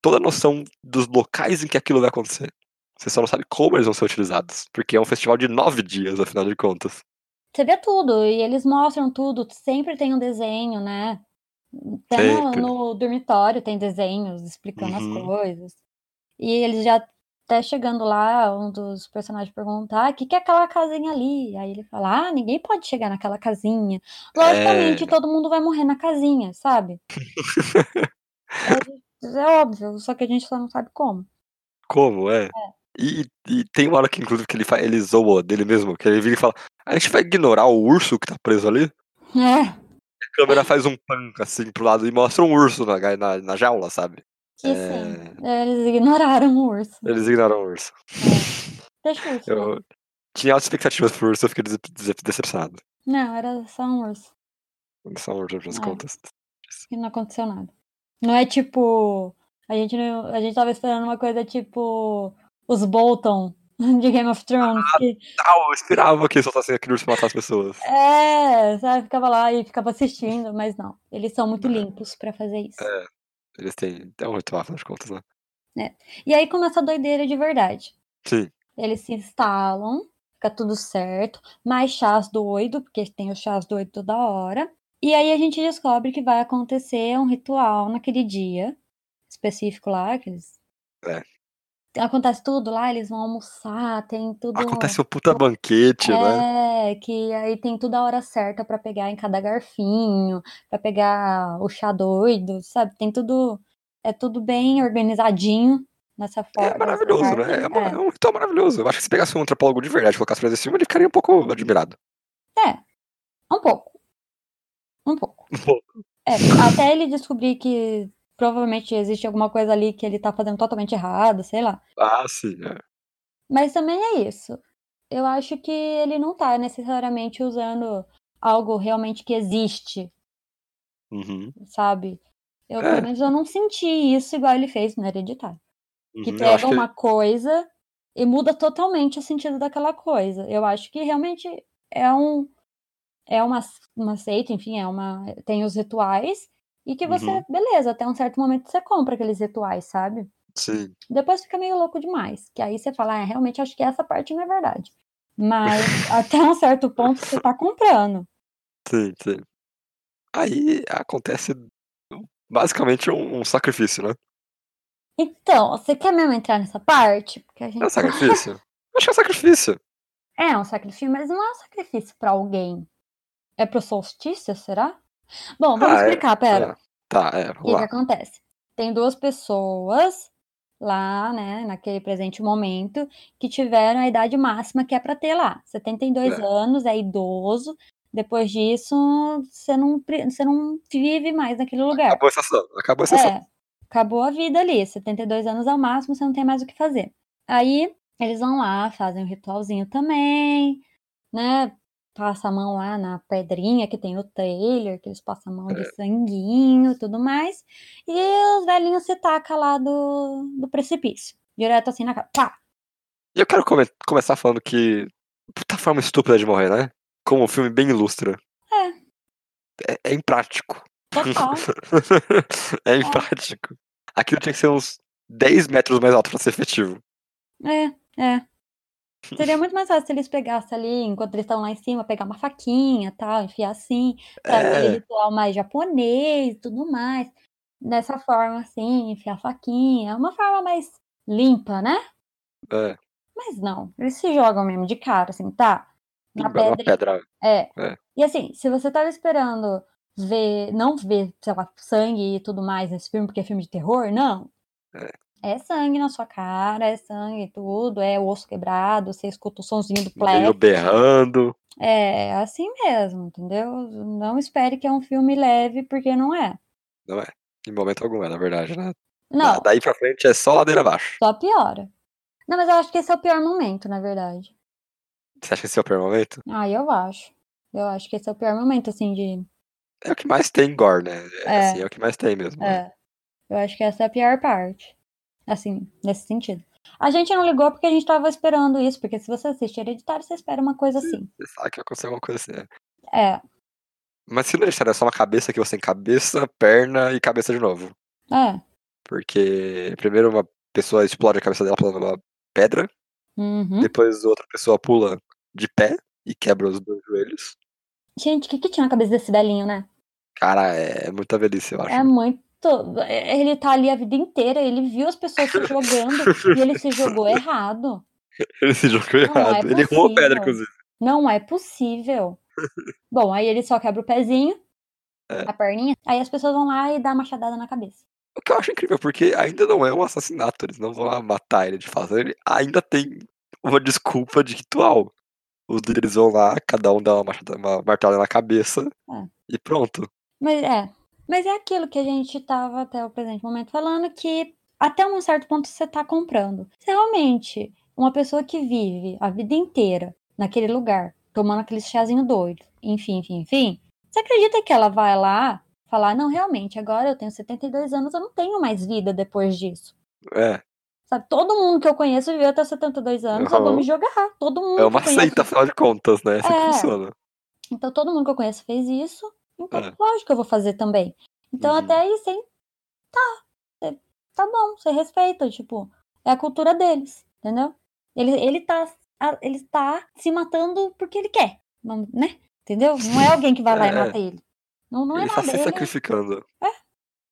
toda a noção dos locais em que aquilo vai acontecer. Você só não sabe como eles vão ser utilizados, porque é um festival de nove dias, afinal de contas.
Você vê tudo, e eles mostram tudo, sempre tem um desenho, né? Até no,
Sempre.
no dormitório tem desenhos explicando as
Uhum.
coisas. E eles já até chegando lá, um dos personagens perguntar: o que, que é aquela casinha ali? Aí ele fala: ah, ninguém pode chegar naquela casinha. Logicamente,
É.
todo mundo vai morrer na casinha, sabe? é, é óbvio, só que a gente só não sabe como.
Como, é? E, e tem uma hora que, inclusive, que ele, fa- ele zoa dele mesmo, que ele vira e fala, a gente vai ignorar o urso que tá preso ali? A
É,
câmera faz um pan assim pro lado e mostra um urso na, ga- na, na jaula, sabe?
que sim.
É,
Eles ignoraram o urso.
eles ignoram o urso.
Deixa o urso. lá.
Eu tinha altas expectativas pro urso, eu fiquei dece- dece- decepcionado.
Não, era só um urso.
São urso, afinal de
É.
contas.
que não aconteceu nada. Não é tipo. A gente, não, a gente tava esperando uma coisa tipo. Os Bolton de Game of Thrones. que-
Ah, eu esperava que eles soltassem aquele urso pra matar as pessoas.
é, sabe? Ficava lá e ficava assistindo, mas não. Eles são muito limpos pra fazer isso.
Eles têm... É um ritual, afinal de contas, né?
E aí começa a doideira de verdade.
Sim.
Eles se instalam, fica tudo certo. Mais chás doido, porque tem os chás doido toda hora. E aí a gente descobre que vai acontecer um ritual naquele dia específico lá, que eles.
É.
Acontece tudo lá, eles vão almoçar, tem tudo.
Acontece um puta banquete, né?
É, que aí tem tudo a hora certa pra pegar em cada garfinho, pra pegar o chá doido, sabe? Tem tudo. É tudo bem organizadinho nessa forma.
É maravilhoso, né? É, uma- é um ritual maravilhoso. Eu acho que se pegasse um antropólogo de verdade e colocasse pra esse filme, ele ficaria um pouco admirado.
Um pouco. Um pouco.
Um pouco.
É, até ele descobrir que provavelmente existe alguma coisa ali que ele tá fazendo totalmente errado, sei lá.
Ah, sim. é.
Mas também é isso. Eu acho que ele não tá necessariamente usando algo realmente que existe,
Uhum,
sabe? Eu,
É.
Pelo menos eu não senti isso igual ele fez no Hereditário. Que
uhum. Eu
pega
acho que
uma coisa e muda totalmente o sentido daquela coisa. Eu acho que realmente é um é uma, uma seita, enfim, é uma. Tem os rituais. E que você,
Uhum.
beleza, até um certo momento você compra aqueles rituais, sabe?
sim.
Depois fica meio louco demais. Que aí você fala, ah, realmente acho que essa parte não é verdade. Mas até um certo ponto você tá comprando.
Sim, sim. Aí acontece basicamente um, um sacrifício, né?
Então, você quer mesmo entrar nessa parte? Porque a
É um
gente.
sacrifício? acho que é um sacrifício.
É um sacrifício, mas não é um sacrifício pra alguém. É pro solstício, será? Bom, vamos
Ah, é,
explicar, pera.
Ah, Tá, é,
O que,
vamos
que
lá.
acontece? tem duas pessoas lá, né, naquele presente momento, que tiveram a idade máxima que é para ter lá. 72
É.
anos, é idoso. Depois disso, você não, pre- você não vive mais naquele lugar.
Acabou a sessão. Acabou a sessão.
É, acabou a vida ali. 72 anos ao máximo, você não tem mais o que fazer. Aí eles vão lá, fazem um ritualzinho também, né? Passa a mão lá na pedrinha que tem o trailer, que eles passam a mão de sanguinho e tudo mais. E os velhinhos se tacam lá do, do precipício. Direto assim na cara. Pá!
E eu quero come- começar falando que. Puta forma estúpida de morrer, né? Como o filme bem ilustra. É. É, imprático.
Total.
é imprático. Aquilo tinha que ser uns 10 metros mais alto pra ser efetivo.
É, é. Seria muito mais fácil se eles pegassem ali, enquanto eles estão lá em cima, pegar uma faquinha tal, enfiar assim, pra ver aquele
É,
ritual mais japonês e tudo mais. Dessa forma, assim, enfiar a faquinha. Uma forma mais limpa, né?
é.
Mas não, eles se jogam mesmo de cara, assim, tá? Na
Uma
pedra.
pedra.
É.
É.
E assim, se você tava esperando ver, não ver, sei lá, sangue e tudo mais nesse filme, porque é filme de terror, não.
É.
É sangue na sua cara, é sangue e tudo, é osso quebrado, você escuta o sonzinho do
Meio
plex.
berrando.
É assim mesmo, entendeu? Não espere que é um filme leve, porque não é.
Não é. Em momento algum, é, na verdade, né?
Não,
Da- Daí pra frente é só ladeira abaixo.
só piora. Não, mas eu acho que esse é o pior momento, na verdade.
Você acha que esse é o pior momento?
Ah, eu acho. Eu acho que esse é o pior momento, assim, de.
É o que mais tem em gore, né? É,
É.
assim, é o que mais tem mesmo. né?
É. Eu acho que essa é a pior parte. Assim, nesse sentido. A gente não ligou porque a gente tava esperando isso, porque se você assiste Hereditário, você espera uma coisa assim.
Você sabe que aconteceu alguma coisa assim, né?
É,
Mas se não deixar, é só uma cabeça que você tem cabeça, perna e cabeça de novo.
é.
Porque primeiro uma pessoa explode a cabeça dela pulando uma pedra,
Uhum.
depois outra pessoa pula de pé e quebra os dois joelhos.
Gente, o que, que tinha na cabeça desse velhinho, né?
Cara, é muita velhice, eu acho.
É muito. é- Ele tá ali a vida inteira, ele viu as pessoas se jogando e ele se jogou errado.
Ele se jogou
Não, é
errado. ele errou a pedra,
possível.
inclusive.
Não é possível. Bom, aí ele só quebra o pezinho,
É.
a perninha, aí as pessoas vão lá e dá uma machadada na cabeça.
O que eu acho incrível, porque ainda não é um assassinato. Eles não vão lá matar ele de fato. Ele ainda tem uma desculpa de ritual. Os líderes vão lá, cada um dá uma, machada- uma martelada na cabeça
É.
e pronto.
Mas é. Mas é aquilo que a gente tava até o presente momento falando que até um certo ponto você tá comprando. Se realmente uma pessoa que vive a vida inteira naquele lugar, tomando aquele chazinho doido, enfim, enfim, enfim, você acredita que ela vai lá falar, não, realmente, agora eu tenho 72 anos, eu não tenho mais vida depois disso.
É,
Sabe, todo mundo que eu conheço viveu até 72 anos, eu vou me jogar. Todo mundo
é uma
que eu conheço
seita, afinal de contas, né? Assim que
tipo, É.
funciona.
então, todo mundo que eu conheço fez isso. Então,
É.
lógico que eu vou fazer também. Então,
Uhum.
até aí, sim. Tá. é, Tá bom, você respeita. Tipo, é a cultura deles, entendeu? Ele, ele, tá, a- ele tá se matando porque ele quer, não- né? Entendeu? Não é alguém que vai lá e
É, é.
mata ele. Não, não é
ele tá
nada.
se
ele é-
sacrificando.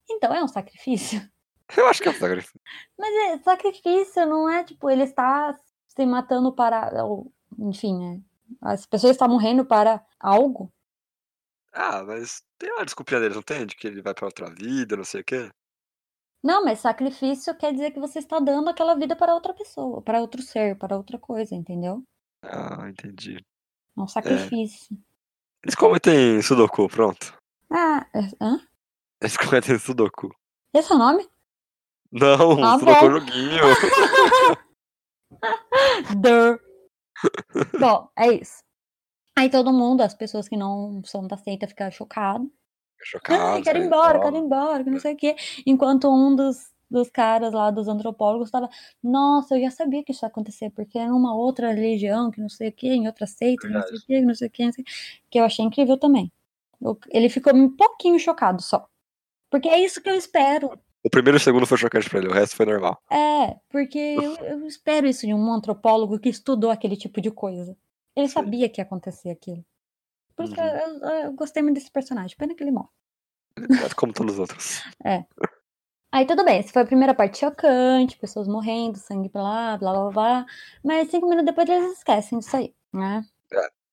Então, é um sacrifício.
Eu acho que é um sacrifício.
Mas é sacrifício, não é tipo, ele está se matando para. Ou, enfim, né? As pessoas estão morrendo para algo.
Ah, mas tem uma desculpinha deles, não tem? De que ele vai pra outra vida, não sei o quê.
Não, mas sacrifício quer dizer que você está dando aquela vida para outra pessoa, para outro ser, para outra coisa, entendeu?
Ah, entendi.
É um sacrifício.
Eles cometem Sudoku, pronto.
Ah, é- hã?
Eles cometem Sudoku.
Esse é o nome?
Não,
Ah,
Sudoku é
bom.
um joguinho.
Dur. Bom, é isso. Aí todo mundo, as pessoas que não são da seita, ficam chocadas.
Fica
Ai,
Chocado,
quero ir
né,
embora,
tal.
quero ir embora, que não sei o quê. Enquanto um dos, dos caras lá, dos antropólogos, tava, nossa, eu já sabia que isso ia acontecer, porque é uma outra religião, que não sei o quê, em outra seita, que não sei o quê, que não sei o quê, não sei o quê", que eu achei incrível também. Eu- ele ficou um pouquinho chocado só. Porque é isso que eu espero.
O primeiro e o segundo foi chocante pra ele, o resto foi normal.
É, porque eu, eu espero isso de um antropólogo que estudou aquele tipo de coisa. Ele
Sim.
sabia que ia acontecer aquilo. Por isso que eu,
Uhum.
eu- eu gostei muito desse personagem. Pena que ele morre.
Mas como todos os outros.
Aí tudo bem, essa foi a primeira parte chocante, pessoas morrendo, sangue pra lá, blá blá blá. Mas cinco minutos depois eles esquecem disso aí, né?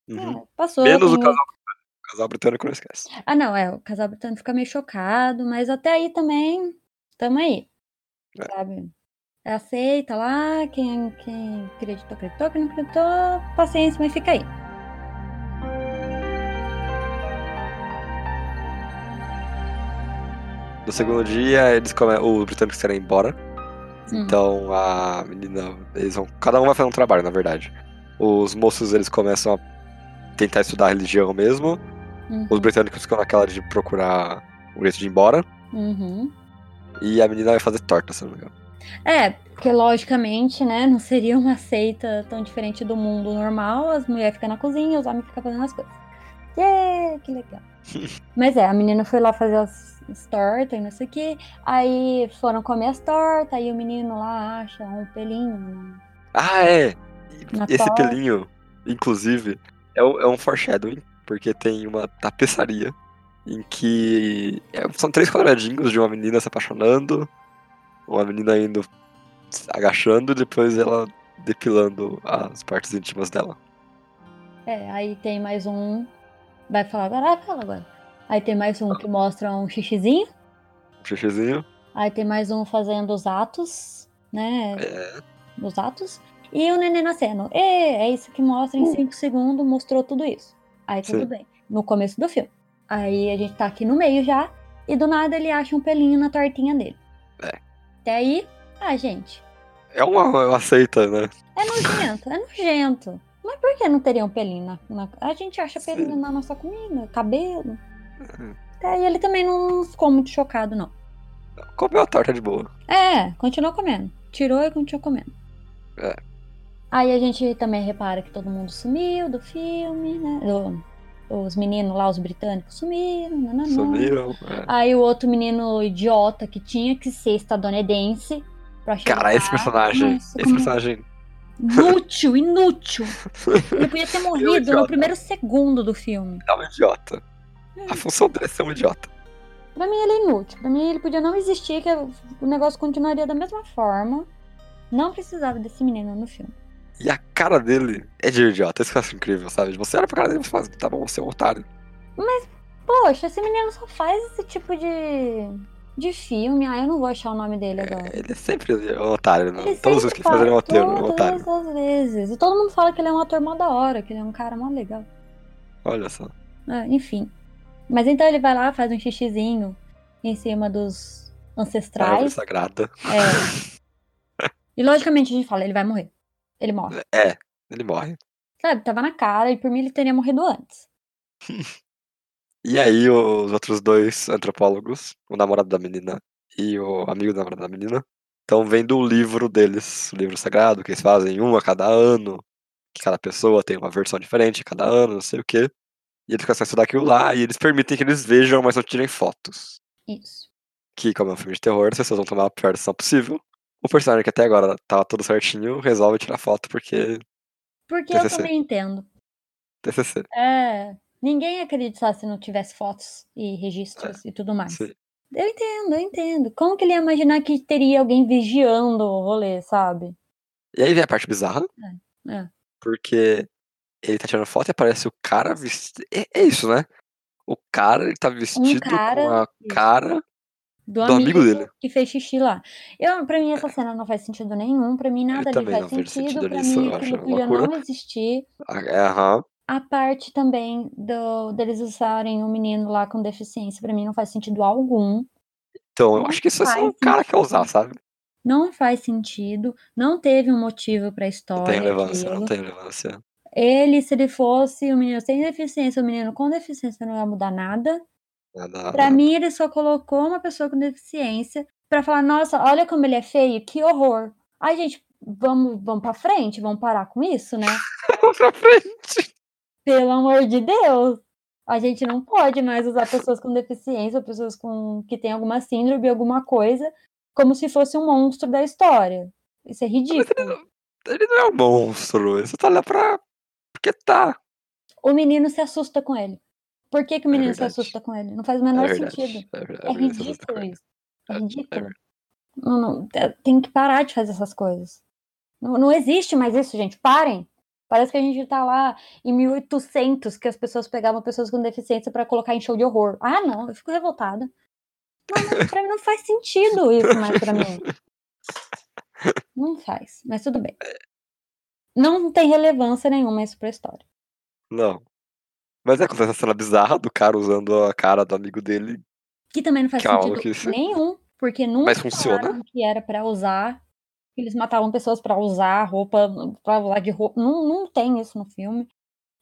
Uhum.
É, passou.
Menos o
tem-
casal, o casal britânico, não esquece.
Ah, não, é, o casal britânico fica meio chocado, mas até aí também tamo aí.
É.
Sabe? Aceita lá, quem, quem acreditou, acreditou, quem não acreditou, paciência, mas fica aí.
No segundo dia, eles come... os britânicos querem ir embora.
Hum.
Então a menina. Eles vão. Cada um vai fazer um trabalho, na verdade. Os moços eles começam a tentar estudar a religião mesmo.
Uhum,
Os britânicos ficam naquela de procurar um jeito de ir embora.
uhum.
E a menina vai fazer torta, se não me engano.
É, porque logicamente, né, não seria uma seita tão diferente do mundo normal. As mulheres ficam na cozinha, os homens ficam fazendo as coisas. Yeah, que legal. Mas é, a menina foi lá fazer as, as tortas e não sei o que. Aí foram comer as tortas, aí o menino lá acha um pelinho.
Ah, é! E
Na
Esse
torta.
pelinho, inclusive, é um, é um foreshadowing, porque tem uma tapeçaria em que é- são três quadradinhos de uma menina se apaixonando, uma menina indo se agachando e depois ela depilando as partes íntimas dela.
É, aí tem mais um. Vai falar agora? Vai falar agora. Aí tem mais um que mostra um xixizinho.
Um xixizinho.
Aí tem mais um fazendo os atos, né?
É.
Os atos. E o neném nascendo. E é isso que mostra em 5 segundos, mostrou tudo isso. Aí tudo
Uh. Sim.
bem. No começo do filme. Aí a gente tá aqui no meio já. E do nada ele acha um pelinho na tortinha dele.
É.
Até aí, ah, gente.
É uma, uma seita, né?
É nojento, é nojento. Mas por que não teria um pelinho na. na- A gente acha
Sim. Uhum.
pelinho na nossa comida, cabelo. Até aí ele também não ficou muito chocado, não.
Comeu a torta de boa.
É, continuou comendo. Tirou e continuou comendo.
É.
Aí a gente também repara que todo mundo sumiu do filme, né? Do- os meninos lá, os britânicos, sumiram. Nananã.
Sumiram. é.
Aí o outro menino idiota que tinha que ser estadunidense. Pra chegar
Cara, esse
lá.
personagem.
Nossa,
esse
como
personagem.
Inútil, inútil. Ele podia ter morrido
idiota.
no primeiro segundo do filme.
É um idiota. A função dele é ser um idiota.
Pra mim ele é inútil. Pra mim ele podia não existir, que o negócio continuaria da mesma forma. Não precisava desse menino no filme.
E a cara dele é de idiota, isso que eu acho incrível, sabe? Tipo, Você olha pra cara dele e fala, tá bom, você é um otário.
Poxa, esse menino só faz esse tipo de, de filme. Ah, eu não vou achar o nome dele agora.
Ele é sempre um otário, né?
Ele
Todos
sempre
os que
fala,
fazem um otário, um otário.
Todas as vezes. E todo mundo fala que ele é um ator mó da hora, que ele é um cara mó legal.
Olha só. é
Ah, enfim. Mas então ele vai lá, faz um xixizinho em cima dos
Árvore
ancestrais.
sagrada.
É. E logicamente a gente fala, ele vai morrer. Ele morre.
É, ele morre.
Sabe, tava na cara e por mim ele teria morrido antes.
E aí os outros dois antropólogos, o namorado da menina e o amigo do namorado da menina, estão vendo o livro deles, o livro sagrado, que eles fazem um a cada ano, que cada pessoa tem uma versão diferente a cada ano, não sei o quê. E eles começam a estudar aquilo lá e eles permitem que eles vejam, mas não tirem fotos.
Isso.
que, como é um filme de terror, as pessoas vão tomar a pior decisão possível. O personagem que até agora tava tudo certinho resolve tirar foto porque
Porque eu
TCC.
também entendo.
TCC.
É. Ninguém ia acreditar se não tivesse fotos e registros e tudo mais.
É, Sim.
Eu entendo, eu entendo. Como que ele ia imaginar que teria alguém vigiando o rolê, sabe?
E aí vem a parte bizarra.
É, é.
Porque ele tá tirando foto e aparece o cara vestido. É, é isso, né? O cara, ele tá vestido com
Um cara-
a cara. Do amigo dele. É.
que fez xixi lá. Eu, pra mim, essa cena não faz sentido nenhum. Pra mim, nada ali
também
faz
não vejo
sentido.
sentido
Pra
nisso,
mim,
eu acho
aquilo
uma
podia
loucura.
não existir.
a- é, Aham.
A parte também do, deles usarem o menino lá com deficiência, pra mim, não faz sentido algum.
Então, eu
Não
acho que isso é só
faz
o cara que quer usar, sabe?
Não faz sentido. Não teve um motivo pra
Não
história.
tem relevância,
aquilo.
não tem relevância.
Ele, se ele fosse o menino sem deficiência, o menino com deficiência, não ia mudar nada.
Nada-
Pra mim, ele só colocou uma pessoa com deficiência pra falar: nossa, olha como ele é feio, que horror. Ai, gente, vamos, vamos pra frente, vamos parar com isso, né?
pra frente.
Pelo amor de Deus! A gente não pode mais usar pessoas com deficiência, ou pessoas com que têm alguma síndrome, alguma coisa, como se fosse um monstro da história. Isso é ridículo.
Ele não é um monstro, ele só tá lá pra. Porque tá.
O menino se assusta com ele. Por que, que o
É
menino se
verdade.
assusta com ele? Não faz o
É
menor
verdade.
sentido.
É verdade.
É
isso eu tô de
ridículo
acordo.
isso. É
É, é
ridículo.
verdade.
Não, não, é, tem que parar de fazer essas coisas. Não, não existe mais isso, gente. Parem. Parece que a gente tá lá em 1800 que as pessoas pegavam pessoas com deficiência pra colocar em show de horror. Ah, não, eu fico revoltada. Não, não, pra mim não faz sentido isso mais pra mim. Não faz, mas tudo bem. Não tem relevância nenhuma isso pra história.
Não. Mas é acontece essa cena bizarra do cara usando a cara do amigo dele.
Que também não faz
Que é uma
sentido
maluquice.
nenhum, porque nunca
Mas funciona?
falaram que era pra usar. que Eles matavam pessoas pra usar roupa, pra lá de roupa. Não, não tem isso no filme.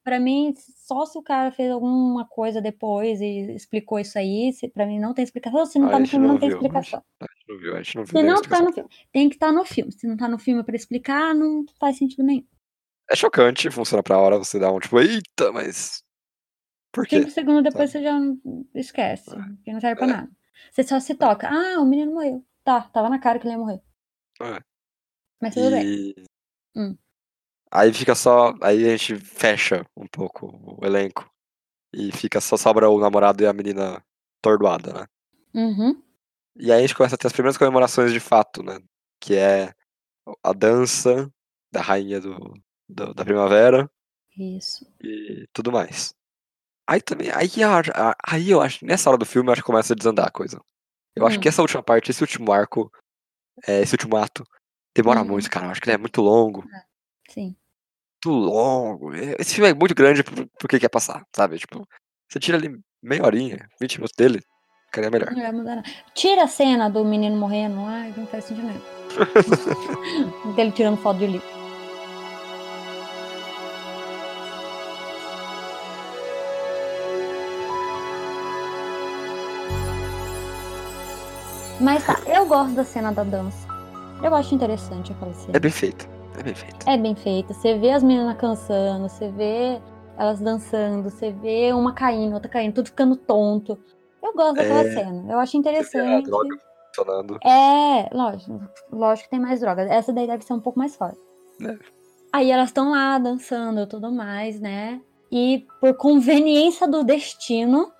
Pra mim, só se o cara fez alguma coisa depois e explicou isso aí, se- pra mim não tem explicação. Se não
Ah,
tá no
isso
filme, não,
não
tem
viu,
explicação.
A gente não viu, a gente não viu.
Se
daí a
não tá
explicação.
no filme, tem que estar no filme. Se não tá no filme pra explicar, não faz sentido nenhum.
É chocante, funciona pra hora, você dá um tipo, eita, mas. Por quê?
Cinco segundos depois você já não- esquece. Porque não serve pra
É.
nada. Você só se toca. Ah, o menino morreu. Tá, tava na cara que ele ia morrer.
É.
Mas tudo bem.
E...
Hum.
Aí fica só. Aí a gente fecha um pouco o elenco. E fica só sobra o namorado e a menina tordoada, né?
Uhum.
E aí a gente começa a ter as primeiras comemorações de fato, né? Que é a dança da rainha do, do- da primavera
Isso.
e tudo mais. Aí também, aí, a- a- aí eu acho, nessa hora do filme, eu acho que começa a desandar a coisa. Eu acho
Hum.
que essa última parte, esse último arco, é, esse último ato, demora
Uhum.
muito, cara. Eu acho que ele é muito longo.
Sim.
Muito longo. É, Esse filme é muito grande pro, pro que quer passar, sabe? Tipo, você tira ali meia horinha, 20 minutos dele, ficaria melhor.
Não vai mudar nada. Tira a cena do menino morrendo. Ah, não faz sentido nenhum. Dele tirando foto de livro. Mas tá, eu gosto da cena da dança. Eu acho interessante aquela cena.
É bem feito. É bem feito.
É bem feito. Você vê as meninas cansando, você vê elas dançando, você vê uma caindo, outra caindo, tudo ficando tonto. Eu gosto daquela
É.
cena. Eu acho
Você vê a
interessante.
droga funcionando.
É, lógico, lógico que tem mais drogas. Essa daí deve ser um pouco mais forte.
É.
Aí elas estão lá dançando e tudo mais, né? E por conveniência do destino,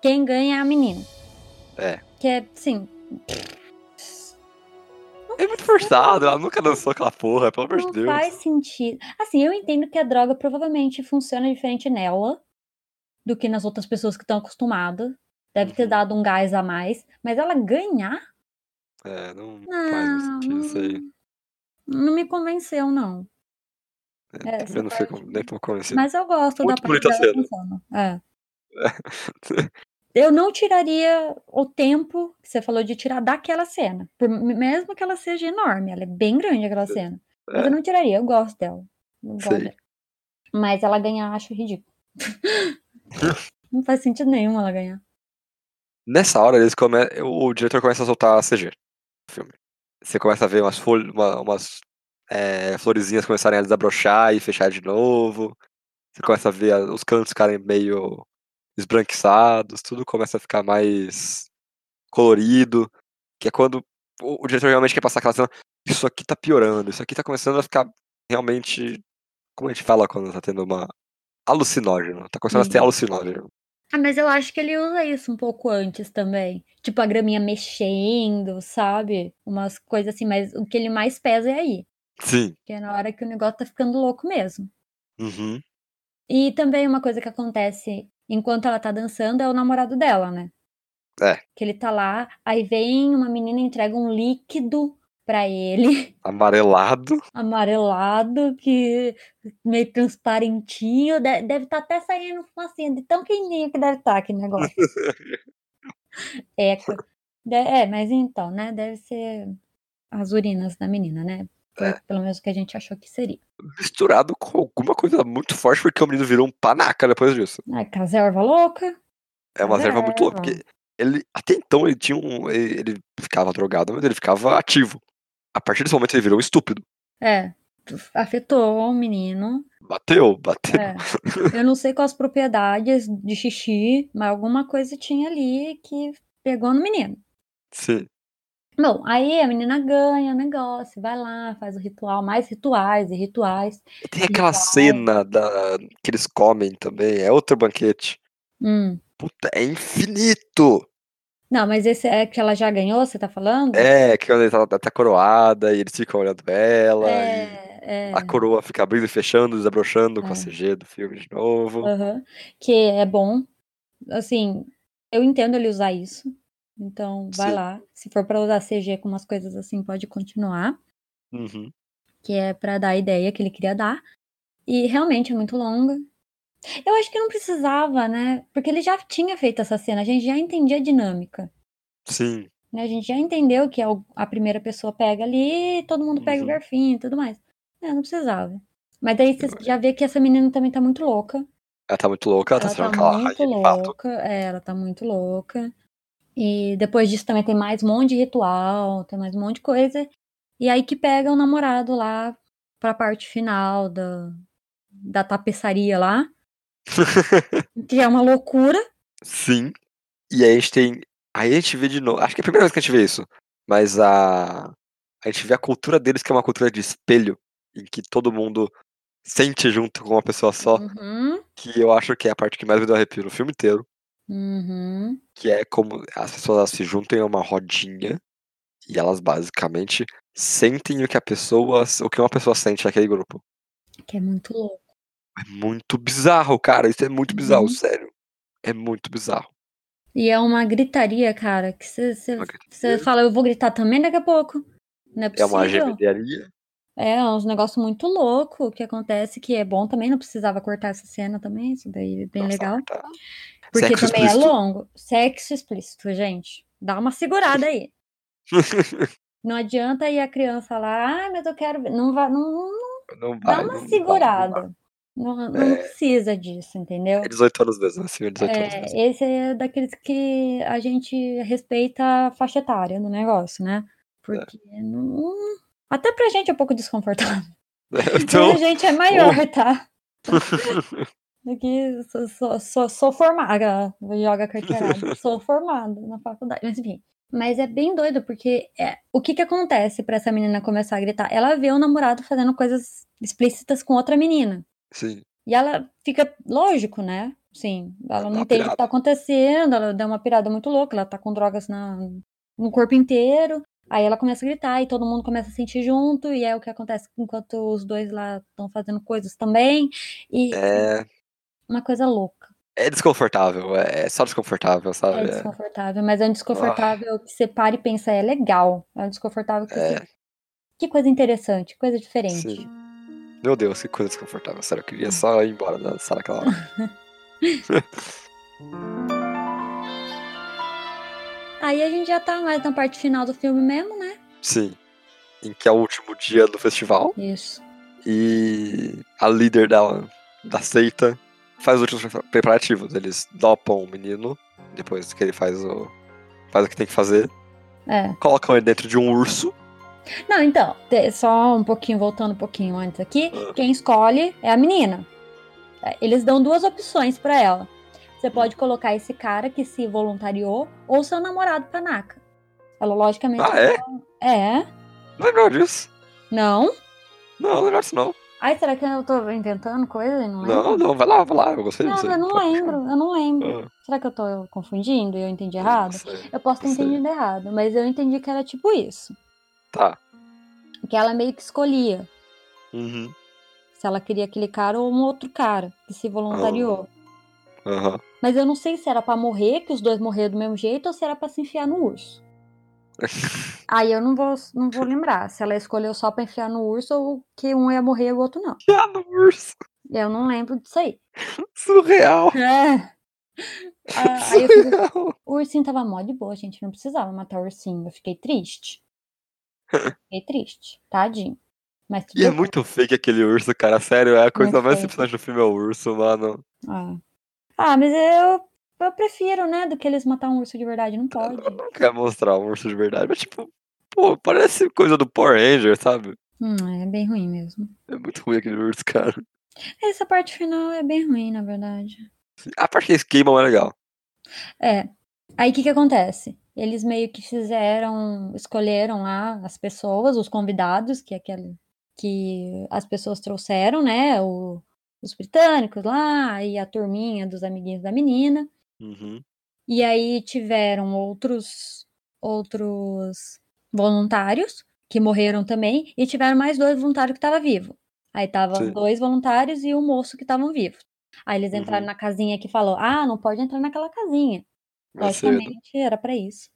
quem ganha é a menina.
É.
Que é, sim,
É muito forçado, ela nunca dançou aquela porra, pelo amor de
não
Deus.
faz sentido. Assim, eu entendo que a droga provavelmente funciona diferente nela do que nas outras pessoas que estão acostumadas. Deve ter
Uhum.
dado um gás a mais. Mas ela ganhar?
É, não faz muito
Não.
sentido isso aí.
Não me convenceu, não. É,
É,
essa
eu não fui
parte-
com- nem um pouco convencido.
Mas eu gosto
Muito
da parte
bonita a
dela
cena.
dançando. É. Eu não tiraria o tempo que você falou de tirar daquela cena. Por- mesmo que ela seja enorme, ela é bem grande aquela
Sim.
cena. Mas
É.
eu não tiraria, eu gosto dela. Eu gosto
Sei.
dela. Mas ela ganhar, eu acho ridículo. não faz sentido nenhum ela ganhar.
Nessa hora, eles come... o diretor começa a soltar a CG do filme. Você começa a ver umas folhas, uma- umas eh, florezinhas começarem a desabrochar e fechar de novo. Você começa a ver a- os cantos ficarem meio esbranquiçados, tudo começa a ficar mais colorido. Que é quando o, o diretor realmente quer passar aquela cena. Isso aqui tá piorando, isso aqui tá começando a ficar realmente. Como a gente fala quando tá tendo uma. Alucinógeno. Tá começando a ser
Uhum.
alucinógeno.
Ah, mas eu acho que ele usa isso um pouco antes também. Tipo, a graminha mexendo, sabe? Umas coisas assim, mas o que ele mais pesa é aí.
Sim.
Que é na hora que o negócio tá ficando louco mesmo.
Uhum.
E também uma coisa que acontece enquanto ela tá dançando é o namorado dela, né?
É.
Que ele tá lá, aí vem uma menina e entrega um líquido pra ele,
Amarelado.
amarelado, que meio transparentinho, de- deve estar até saindo fumacinha, de tão quentinho que deve estar aquele negócio. Eco. De- É, mas então, né? Deve ser as urinas da menina, né? Foi
É.
pelo menos o que a gente achou que seria.
misturado com alguma coisa muito forte, porque o menino virou um panaca depois disso.
Ai, que as erva louca.
É uma
Mas
erva muito louca,
erva.
porque ele, até então ele tinha um. Ele, ele ficava drogado, mas ele ficava ativo. A partir desse momento ele virou um estúpido.
É, afetou o menino.
Bateu, bateu.
É. Eu não sei quais propriedades de xixi, mas alguma coisa tinha ali que pegou no menino.
Sim.
Bom, aí a menina ganha o negócio, vai lá, faz o ritual, mais rituais e rituais.
E tem aquela
Então-
cena da, que eles comem também, é outro banquete.
Hum.
Puta, é infinito!
Não, mas esse é que ela já ganhou, você tá falando?
É, que quando ele tá, tá coroada e eles ficam olhando ela. e
É, é.
A coroa fica abrindo e fechando, desabrochando com a
É.
CG do filme de novo.
Aham. Que é bom. Assim, eu entendo ele usar isso. Então, vai
Sim.
lá. Se for pra usar CG com umas coisas assim, pode continuar.
Uhum.
Que é pra dar a ideia que ele queria dar. E realmente é muito longa. Eu acho que não precisava, né? Porque ele já tinha feito essa cena, a gente já entendia a dinâmica.
Sim.
né? A gente já entendeu que é o- a primeira pessoa pega ali, todo mundo pega o
Uhum.
garfinho e tudo mais. É, não precisava. Mas daí você
Eu
já vê que essa menina também tá muito louca.
Ela tá muito louca, ela tá
Ela
sendo
tá
aquela
muito
rainha de fato.
louca, é, ela tá muito louca. E depois disso também tem mais um monte de ritual, tem mais um monte de coisa. E aí que pega o namorado lá pra parte final da, da tapeçaria lá. que é uma loucura.
Sim. E aí a gente tem. Aí a gente vê de novo. Acho que é a primeira vez que a gente vê isso. Mas a. A gente vê a cultura deles, que é uma cultura de espelho, em que todo mundo sente junto com uma pessoa só,
Uhum,
que eu acho que é a parte que mais me deu arrepio no filme inteiro.
uhum,
Que é como as pessoas elas se juntam em uma rodinha e elas basicamente sentem o que a pessoa. o que uma pessoa sente naquele grupo.
que é muito louco.
É muito bizarro, cara. Isso é muito bizarro,
Uhum.
sério. É muito bizarro.
E é uma gritaria, cara, que
Uma
você
gritaria.
fala, eu vou gritar também daqui a pouco. Não é
É uma
possível.
gemelaria.
É, é uns negócios muito louco que acontece, que é bom também, não precisava cortar essa cena também, isso daí é bem
Nossa,
legal.
tá.
Porque
Sexo
também
explícito.
é longo. Sexo explícito, gente. Dá uma segurada aí. Não adianta ir a criança lá, ah, mas eu quero ver. Não, vai, não, não-
Não
dá uma
vai, não vai, não vai.
segurada. Não, não
É.
precisa disso, entendeu?
É 18 anos mesmo, assim, é 18 anos mesmo.
É, esse é daqueles que a gente respeita a faixa etária no negócio,
É.
né? Porque não... até pra gente é um pouco desconfortável. Então...
Então,
a gente é maior, tá? Do que sou, sou, sou, sou formada, joga carteirada. sou formada na faculdade, mas enfim. Mas é bem doido, porque é, o que que acontece pra essa menina começar a gritar? Ela vê o namorado fazendo coisas explícitas com outra menina.
sim,
E ela fica, lógico, né? Sim, ela
dá
não
uma
entende o que tá
pirada.
acontecendo, ela dá uma pirada muito louca, ela tá com drogas na, no corpo inteiro. Aí ela começa a gritar e todo mundo começa a sentir junto, e é o que acontece enquanto os dois lá estão fazendo coisas também. E
É,
uma coisa louca.
é desconfortável, é, é só desconfortável,
É
sabe? É,
desconfortável, mas é um desconfortável que você para e pensa, é legal. É um desconfortável que você.
Ah. é,
Que coisa interessante, coisa diferente.
sim. Meu Deus, que coisa desconfortável, sério. Eu
Hum.
queria só ir embora da sala aquela hora.
Aí a gente já tá mais na parte final do filme mesmo, né?
Sim. Em que é o último dia do festival
Isso.
e a líder da, da seita faz os últimos pre- preparativos. Eles dopam o menino, depois que ele faz o, faz o que tem que fazer,
É.
colocam ele dentro de um urso.
Não, então, te- só um pouquinho, voltando um pouquinho antes aqui,
Ah.
quem escolhe é a menina. É, Eles dão duas opções pra ela. Você pode colocar esse cara que se voluntariou ou seu namorado panaca. Ela logicamente
Ah, é?
é.
Não lembrava disso.
Não?
Não, não lembrava disso não.
Ai, será que eu tô inventando coisa? e Não, lembro?
Não, não, vai lá, vai lá, eu gostei disso.
não,
aí.
eu não lembro, eu não lembro.
Ah,
Será que eu tô confundindo e eu entendi
não
errado?
sei.
Eu posso ter
não sei.
entendido errado, mas eu entendi que era tipo isso.
Tá.
Que ela meio que escolhia.
Uhum.
se ela queria aquele cara ou um outro cara que se voluntariou.
Aham.
Mas eu não sei se era pra morrer, que os dois morreram do mesmo jeito, ou se era pra se enfiar no urso. Aí eu não vou, não vou lembrar se ela escolheu só pra enfiar no urso ou que um ia morrer e o outro não.
Ah, no urso.
Eu não lembro disso aí.
Surreal.
É. Ah, aí eu fico-
Surreal.
o ursinho tava mó de boa, gente. Não precisava matar o ursinho. Eu fiquei triste. Fiquei triste. Tadinho. Mas tudo
E é
bem.
muito fake aquele urso, cara. Sério, é a coisa
Muito
mais
fake.
decepcionante do filme é o urso, mano.
Ah. Ah, mas eu, eu prefiro, né, do que eles matar um urso de verdade. Não pode.
Não quer mostrar um urso de verdade, mas tipo, pô, parece coisa do Power Ranger, sabe?
Hum, é bem ruim mesmo.
É muito ruim aquele urso, cara.
Essa parte final é bem ruim, na verdade.
A parte que eles queimam é legal.
É. Aí o que, que acontece? Eles meio que fizeram, escolheram lá as pessoas, os convidados, que é aquele que as pessoas trouxeram, né? O- os britânicos lá e a turminha dos amiguinhos da menina.
Uhum.
E aí tiveram outros outros voluntários que morreram também e tiveram mais dois voluntários que estavam vivos. Aí tava
Sim.
dois voluntários e um moço que estavam vivos. Aí eles entraram
Uhum.
na casinha que falou: "Ah, não pode entrar naquela casinha".
Vai ser.
Logicamente era pra isso.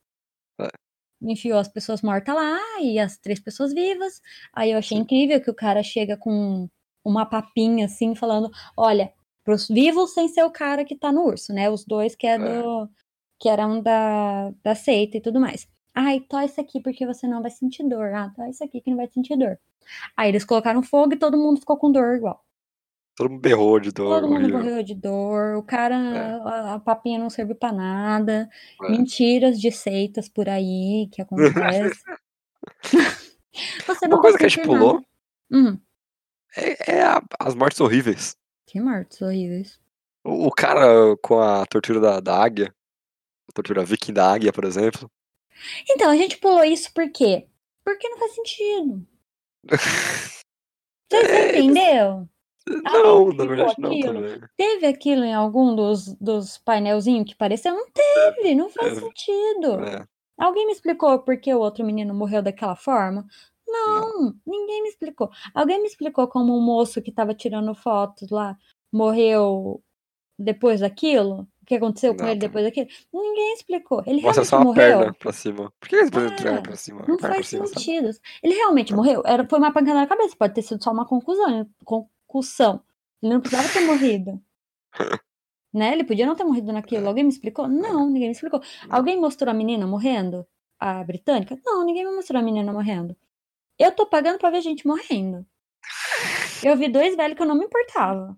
enfiou as pessoas mortas lá e as três pessoas vivas. Aí eu achei incrível que o cara chega com uma papinha assim, falando: olha, pros vivos sem ser o cara que tá no urso, né? Os dois que é do. que eram da, da seita e tudo mais. Ai, tó isso aqui porque você não vai sentir dor. Ah, tó isso aqui que não vai sentir dor. Aí eles colocaram fogo e todo mundo ficou com dor igual.
Todo mundo berrou de dor.
Todo mundo
horrível.
morreu de dor, o cara,
É.
a, a papinha não serviu pra nada,
É.
mentiras de seitas por aí que acontece. Você não
Uma coisa que a gente
consegue
pulou
nada. Hum,
é, é a- as mortes horríveis.
que mortes horríveis.
O, o cara com a tortura da, da águia, a tortura viking da águia, por exemplo.
Então, a gente pulou isso por quê? Porque não faz sentido.
É,
Você você entendeu?
não, na
ficou
verdade não.
Ah, aquilo.
também.
Teve aquilo em algum dos, dos painelzinhos que pareceu? Não teve, não faz
É.
sentido.
É.
Alguém me explicou por que o outro menino morreu daquela forma? Não, ninguém me explicou. Alguém me explicou como o moço que estava tirando fotos lá morreu depois daquilo? O que aconteceu com
Não,
ele
tá.
depois daquilo? Ninguém explicou. Ele
Mostra
realmente
só a
morreu?
perna pra cima. Por que eles podem
É,
entregar pra cima? a
Não
perna pra
faz
cima, sabe?
sentido. Ele realmente morreu? Era, foi uma pancada na cabeça, pode ter sido só uma conclusão, concussão. Ele não precisava ter morrido. né? Ele podia não ter morrido
É.
naquilo. Alguém me explicou? Não, ninguém me explicou. Alguém mostrou a menina morrendo? A britânica? Não, ninguém me mostrou a menina morrendo. Eu tô pagando pra ver gente morrendo. Eu vi dois velhos que eu não me importava.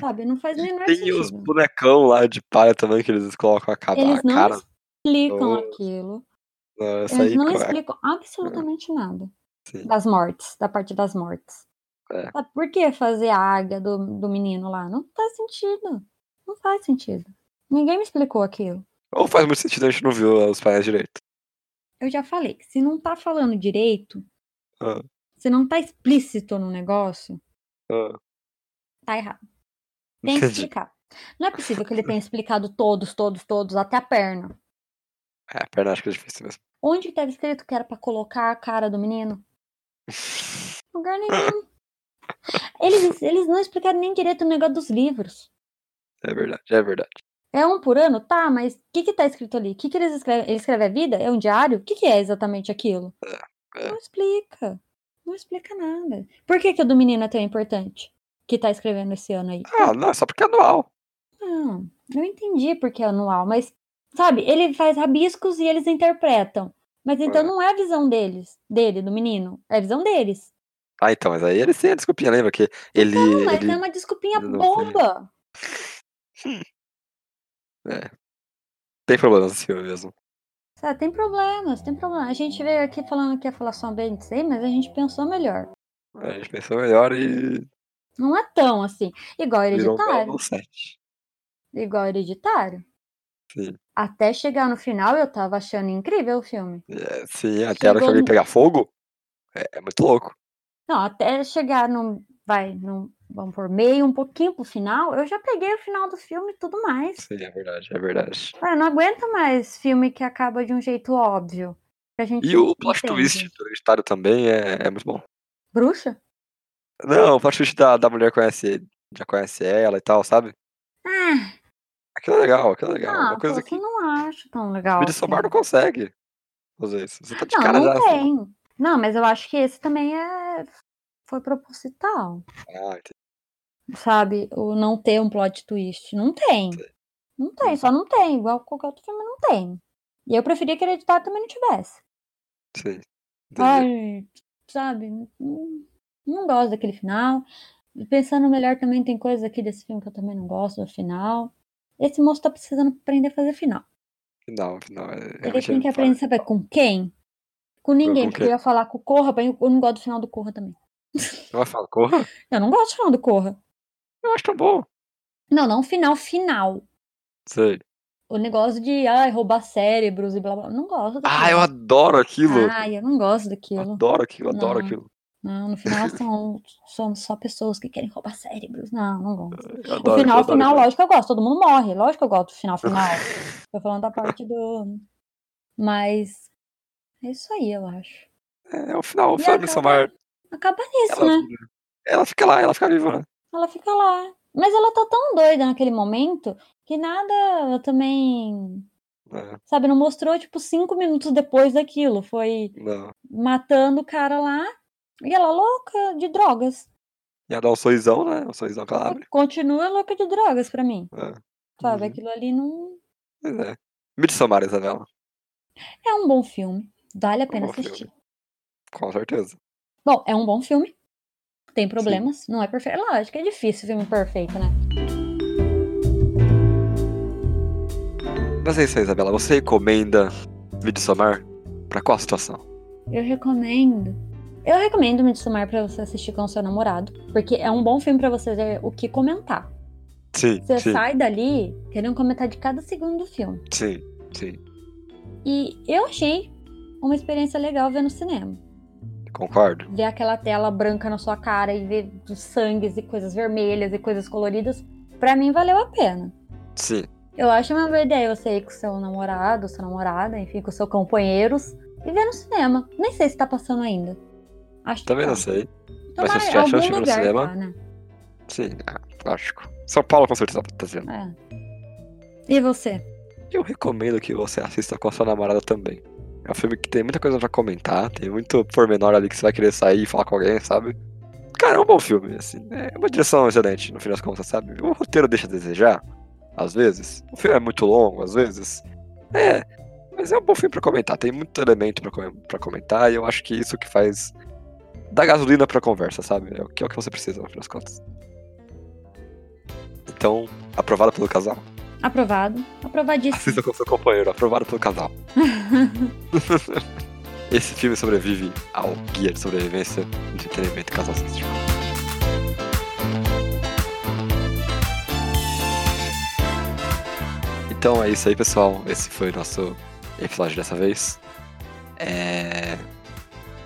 Sabe? Não faz o menor
Tem
sentido.
os bonecão lá de palha também que eles colocam a, capa,
Eles
a
não
cara.
explicam
Oh,
aquilo.
Não, essa
Eles
aí
não
co-
explicam absolutamente nada
É. Sim.
das mortes, da parte das mortes.
É.
Sabe Por que fazer a águia do, do menino lá? Não faz sentido. Não faz sentido. Ninguém me explicou aquilo.
Ou faz muito sentido, a gente não viu os painéis direito.
Eu já falei que se não tá falando direito,
Ah.
se não tá explícito no negócio,
Ah,
tá errado. Tem que
entendi.
explicar. Não é possível que ele tenha explicado todos, todos, todos, até a perna.
É, a perna acho que é difícil mesmo.
Onde tava escrito que era pra colocar a cara do menino? Lugar nenhum. Eles, eles não explicaram nem direito o negócio dos livros.
É verdade, é verdade.
É um por ano? Tá, mas o que que tá escrito ali? O que que eles escrevem? Ele escreve a vida? É um diário? O que que é exatamente aquilo?
é.
Não explica. Não explica nada. Por que que o do menino é tão importante? Que tá escrevendo esse ano aí?
Ah, não, só porque é anual.
Não, eu entendi porque é anual, mas, sabe, ele faz rabiscos e eles interpretam. Mas então
É.
não é a visão deles, dele, do menino. É a visão deles.
Ah, então, mas aí ele sim, desculpinha, lembra que ele.
Então, Mas
ele-
é uma desculpinha
ele não fez.
boba.
Tem problema nesse filme mesmo.
Sabe, tem problemas, tem problemas. A gente veio aqui falando que ia falar só bem disso aí, mas a gente pensou melhor.
A gente pensou melhor e
Não é tão assim. Igual
virou
hereditário.
um 7.
Igual hereditário.
Sim.
Até chegar no final, eu tava achando incrível o filme.
É, sim, até a hora que
Chegou
alguém
no-
pegar fogo, é, é muito louco.
Não, até chegar no. Vai, no, vamos por meio, um pouquinho pro final, eu já peguei o final do filme e tudo mais.
Sim, é verdade, é verdade.
Ah, Eu não aguento mais filme que acaba de um jeito óbvio. Que a gente
E o plot
entende.
twist do Hereditário também é, é muito bom.
Bruxa?
Não, o plot twist da, da mulher conhece ele, já conhece ela e tal, sabe?
Ah,
Aquilo é legal, aquilo é legal.
não,
uma coisa
pô,
que
eu não acho tão
o
legal.
Midsommar
assim.
não consegue fazer isso. Você tá de
Não,
cara
não
já. assim.
tem. Não, mas eu acho que esse também é... foi proposital.
Ah, entendi.
sabe? O não ter um plot twist. Não tem. Não tem, só não tem. Igual qualquer outro filme, não tem. E eu preferia que Hereditário também não tivesse.
Sim, entendi.
Ai, sabe? Não, não gosto daquele final. E Pensando melhor, também tem coisas aqui desse filme que eu também não gosto do final. Esse moço tá precisando aprender a fazer final.
Final, final. é-
Ele
realmente
tem que
é foda.
aprender, sabe, com quem? Com ninguém,
com
porque
quem?
eu ia falar com o Corra, mas eu não gosto do final do Corra também.
Não vai falar, corra?
Eu não gosto do final do Corra.
Eu acho tão bom.
Não, não final final.
Sei.
O negócio de ai, roubar cérebros e blá blá. Não gosto daquilo.
Ah, eu adoro aquilo.
Ai, eu não gosto daquilo.
Adoro aquilo, adoro
Ah, Não.
aquilo.
Não, no final são, são só pessoas que querem roubar cérebros. Não, não gosto.
Eu
O
adoro
final,
aquilo,
final,
adoro
lógico que eu gosto. Todo mundo morre. Lógico que eu gosto do final, final. Tô falando da parte do. Mas. É isso aí, eu acho.
aquilo. É, o final, o
E
final
acaba-
do Midsommar.
Acaba nisso,
Ela,
né?
ela fica lá, ela fica viva, né?
Ela fica lá. Mas ela tá tão doida naquele momento que nada eu também
né?
Sabe, não mostrou, tipo, cinco minutos depois daquilo. Foi
Não.
matando o cara lá e ela louca de drogas.
Ia dar um sorrisão, né? Um sorrisão que ela abre.
Continua louca de drogas pra mim.
É.
Sabe,
Uhum.
aquilo ali não.
Pois é. Midsommar é dela,
É um bom filme. Vale a pena
É um bom filme.
assistir.
com certeza.
Bom, é um bom filme. Tem problemas, não é perfeito. Lógico que é difícil filme perfeito, né?
Mas é isso aí, Isabela. Você recomenda Midsommar pra qual situação?
Eu recomendo. Eu recomendo Midsommar pra você assistir com o seu namorado, porque é um bom filme pra você ver o que comentar.
Sim,
Você
sim,
sai dali querendo comentar de cada segundo do filme.
sim, sim.
E eu achei uma experiência legal ver no cinema.
Concordo.
Ver aquela tela branca na sua cara e ver os sangues e coisas vermelhas e coisas coloridas, pra mim valeu a pena.
Sim.
Eu acho uma boa ideia você ir com seu namorado, sua namorada, enfim, com seus companheiros e ver no cinema. Nem sei se tá passando ainda. Acho que
Também
tá.
não sei.
Tomara,
Mas se você achou,
algum
chega no
lugar
cinema.
tá, né?
Sim, é, lógico. São Paulo com certeza tá dizendo.
É. E você?
Eu recomendo que você assista com a sua namorada também. É um filme que tem muita coisa pra comentar, tem muito pormenor ali que você vai querer sair e falar com alguém, sabe? Cara, é um bom filme, assim. É uma direção excelente, no fim das contas, sabe? O roteiro deixa a desejar, às vezes. O filme é muito longo, às vezes. É, mas é um bom filme pra comentar. Tem muito elemento pra, come- pra comentar e eu acho que isso que faz... Dá gasolina pra conversa, sabe? É o que é o que você precisa, no fim das contas. Então, aprovado pelo casal.
Aprovado. Aprovadíssimo.
Assista com seu companheiro, aprovado pelo casal. Esse filme sobrevive ao guia de sobrevivência do entretenimento casal cístico. Então é isso aí, pessoal. Esse foi o nosso episódio dessa vez. É,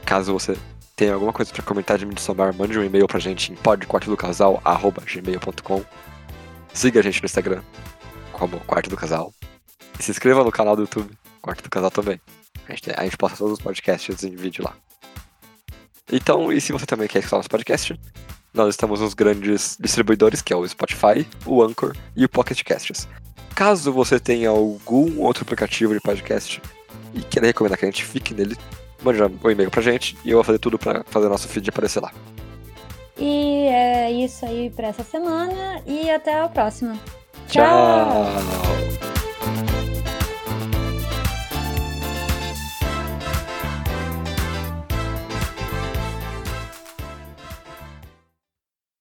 Caso você tenha alguma coisa pra comentar de Midsommar, mande um e-mail pra gente em podquartodocasal.gmail.com Siga a gente no Instagram como Quarto do Casal. E se inscreva no canal do YouTube, Quarto do Casal também. A gente, a gente posta todos os podcasts em vídeo lá. Então, e se você também quer escutar nosso podcast, nós estamos nos grandes distribuidores, que é o Spotify, o Anchor e o Pocket Casts. Caso você tenha algum outro aplicativo de podcast e queira recomendar que a gente fique nele, mande um e-mail pra gente e eu vou fazer tudo pra fazer nosso feed aparecer lá.
E é isso aí pra essa semana e até a próxima. Tchau.
Tchau.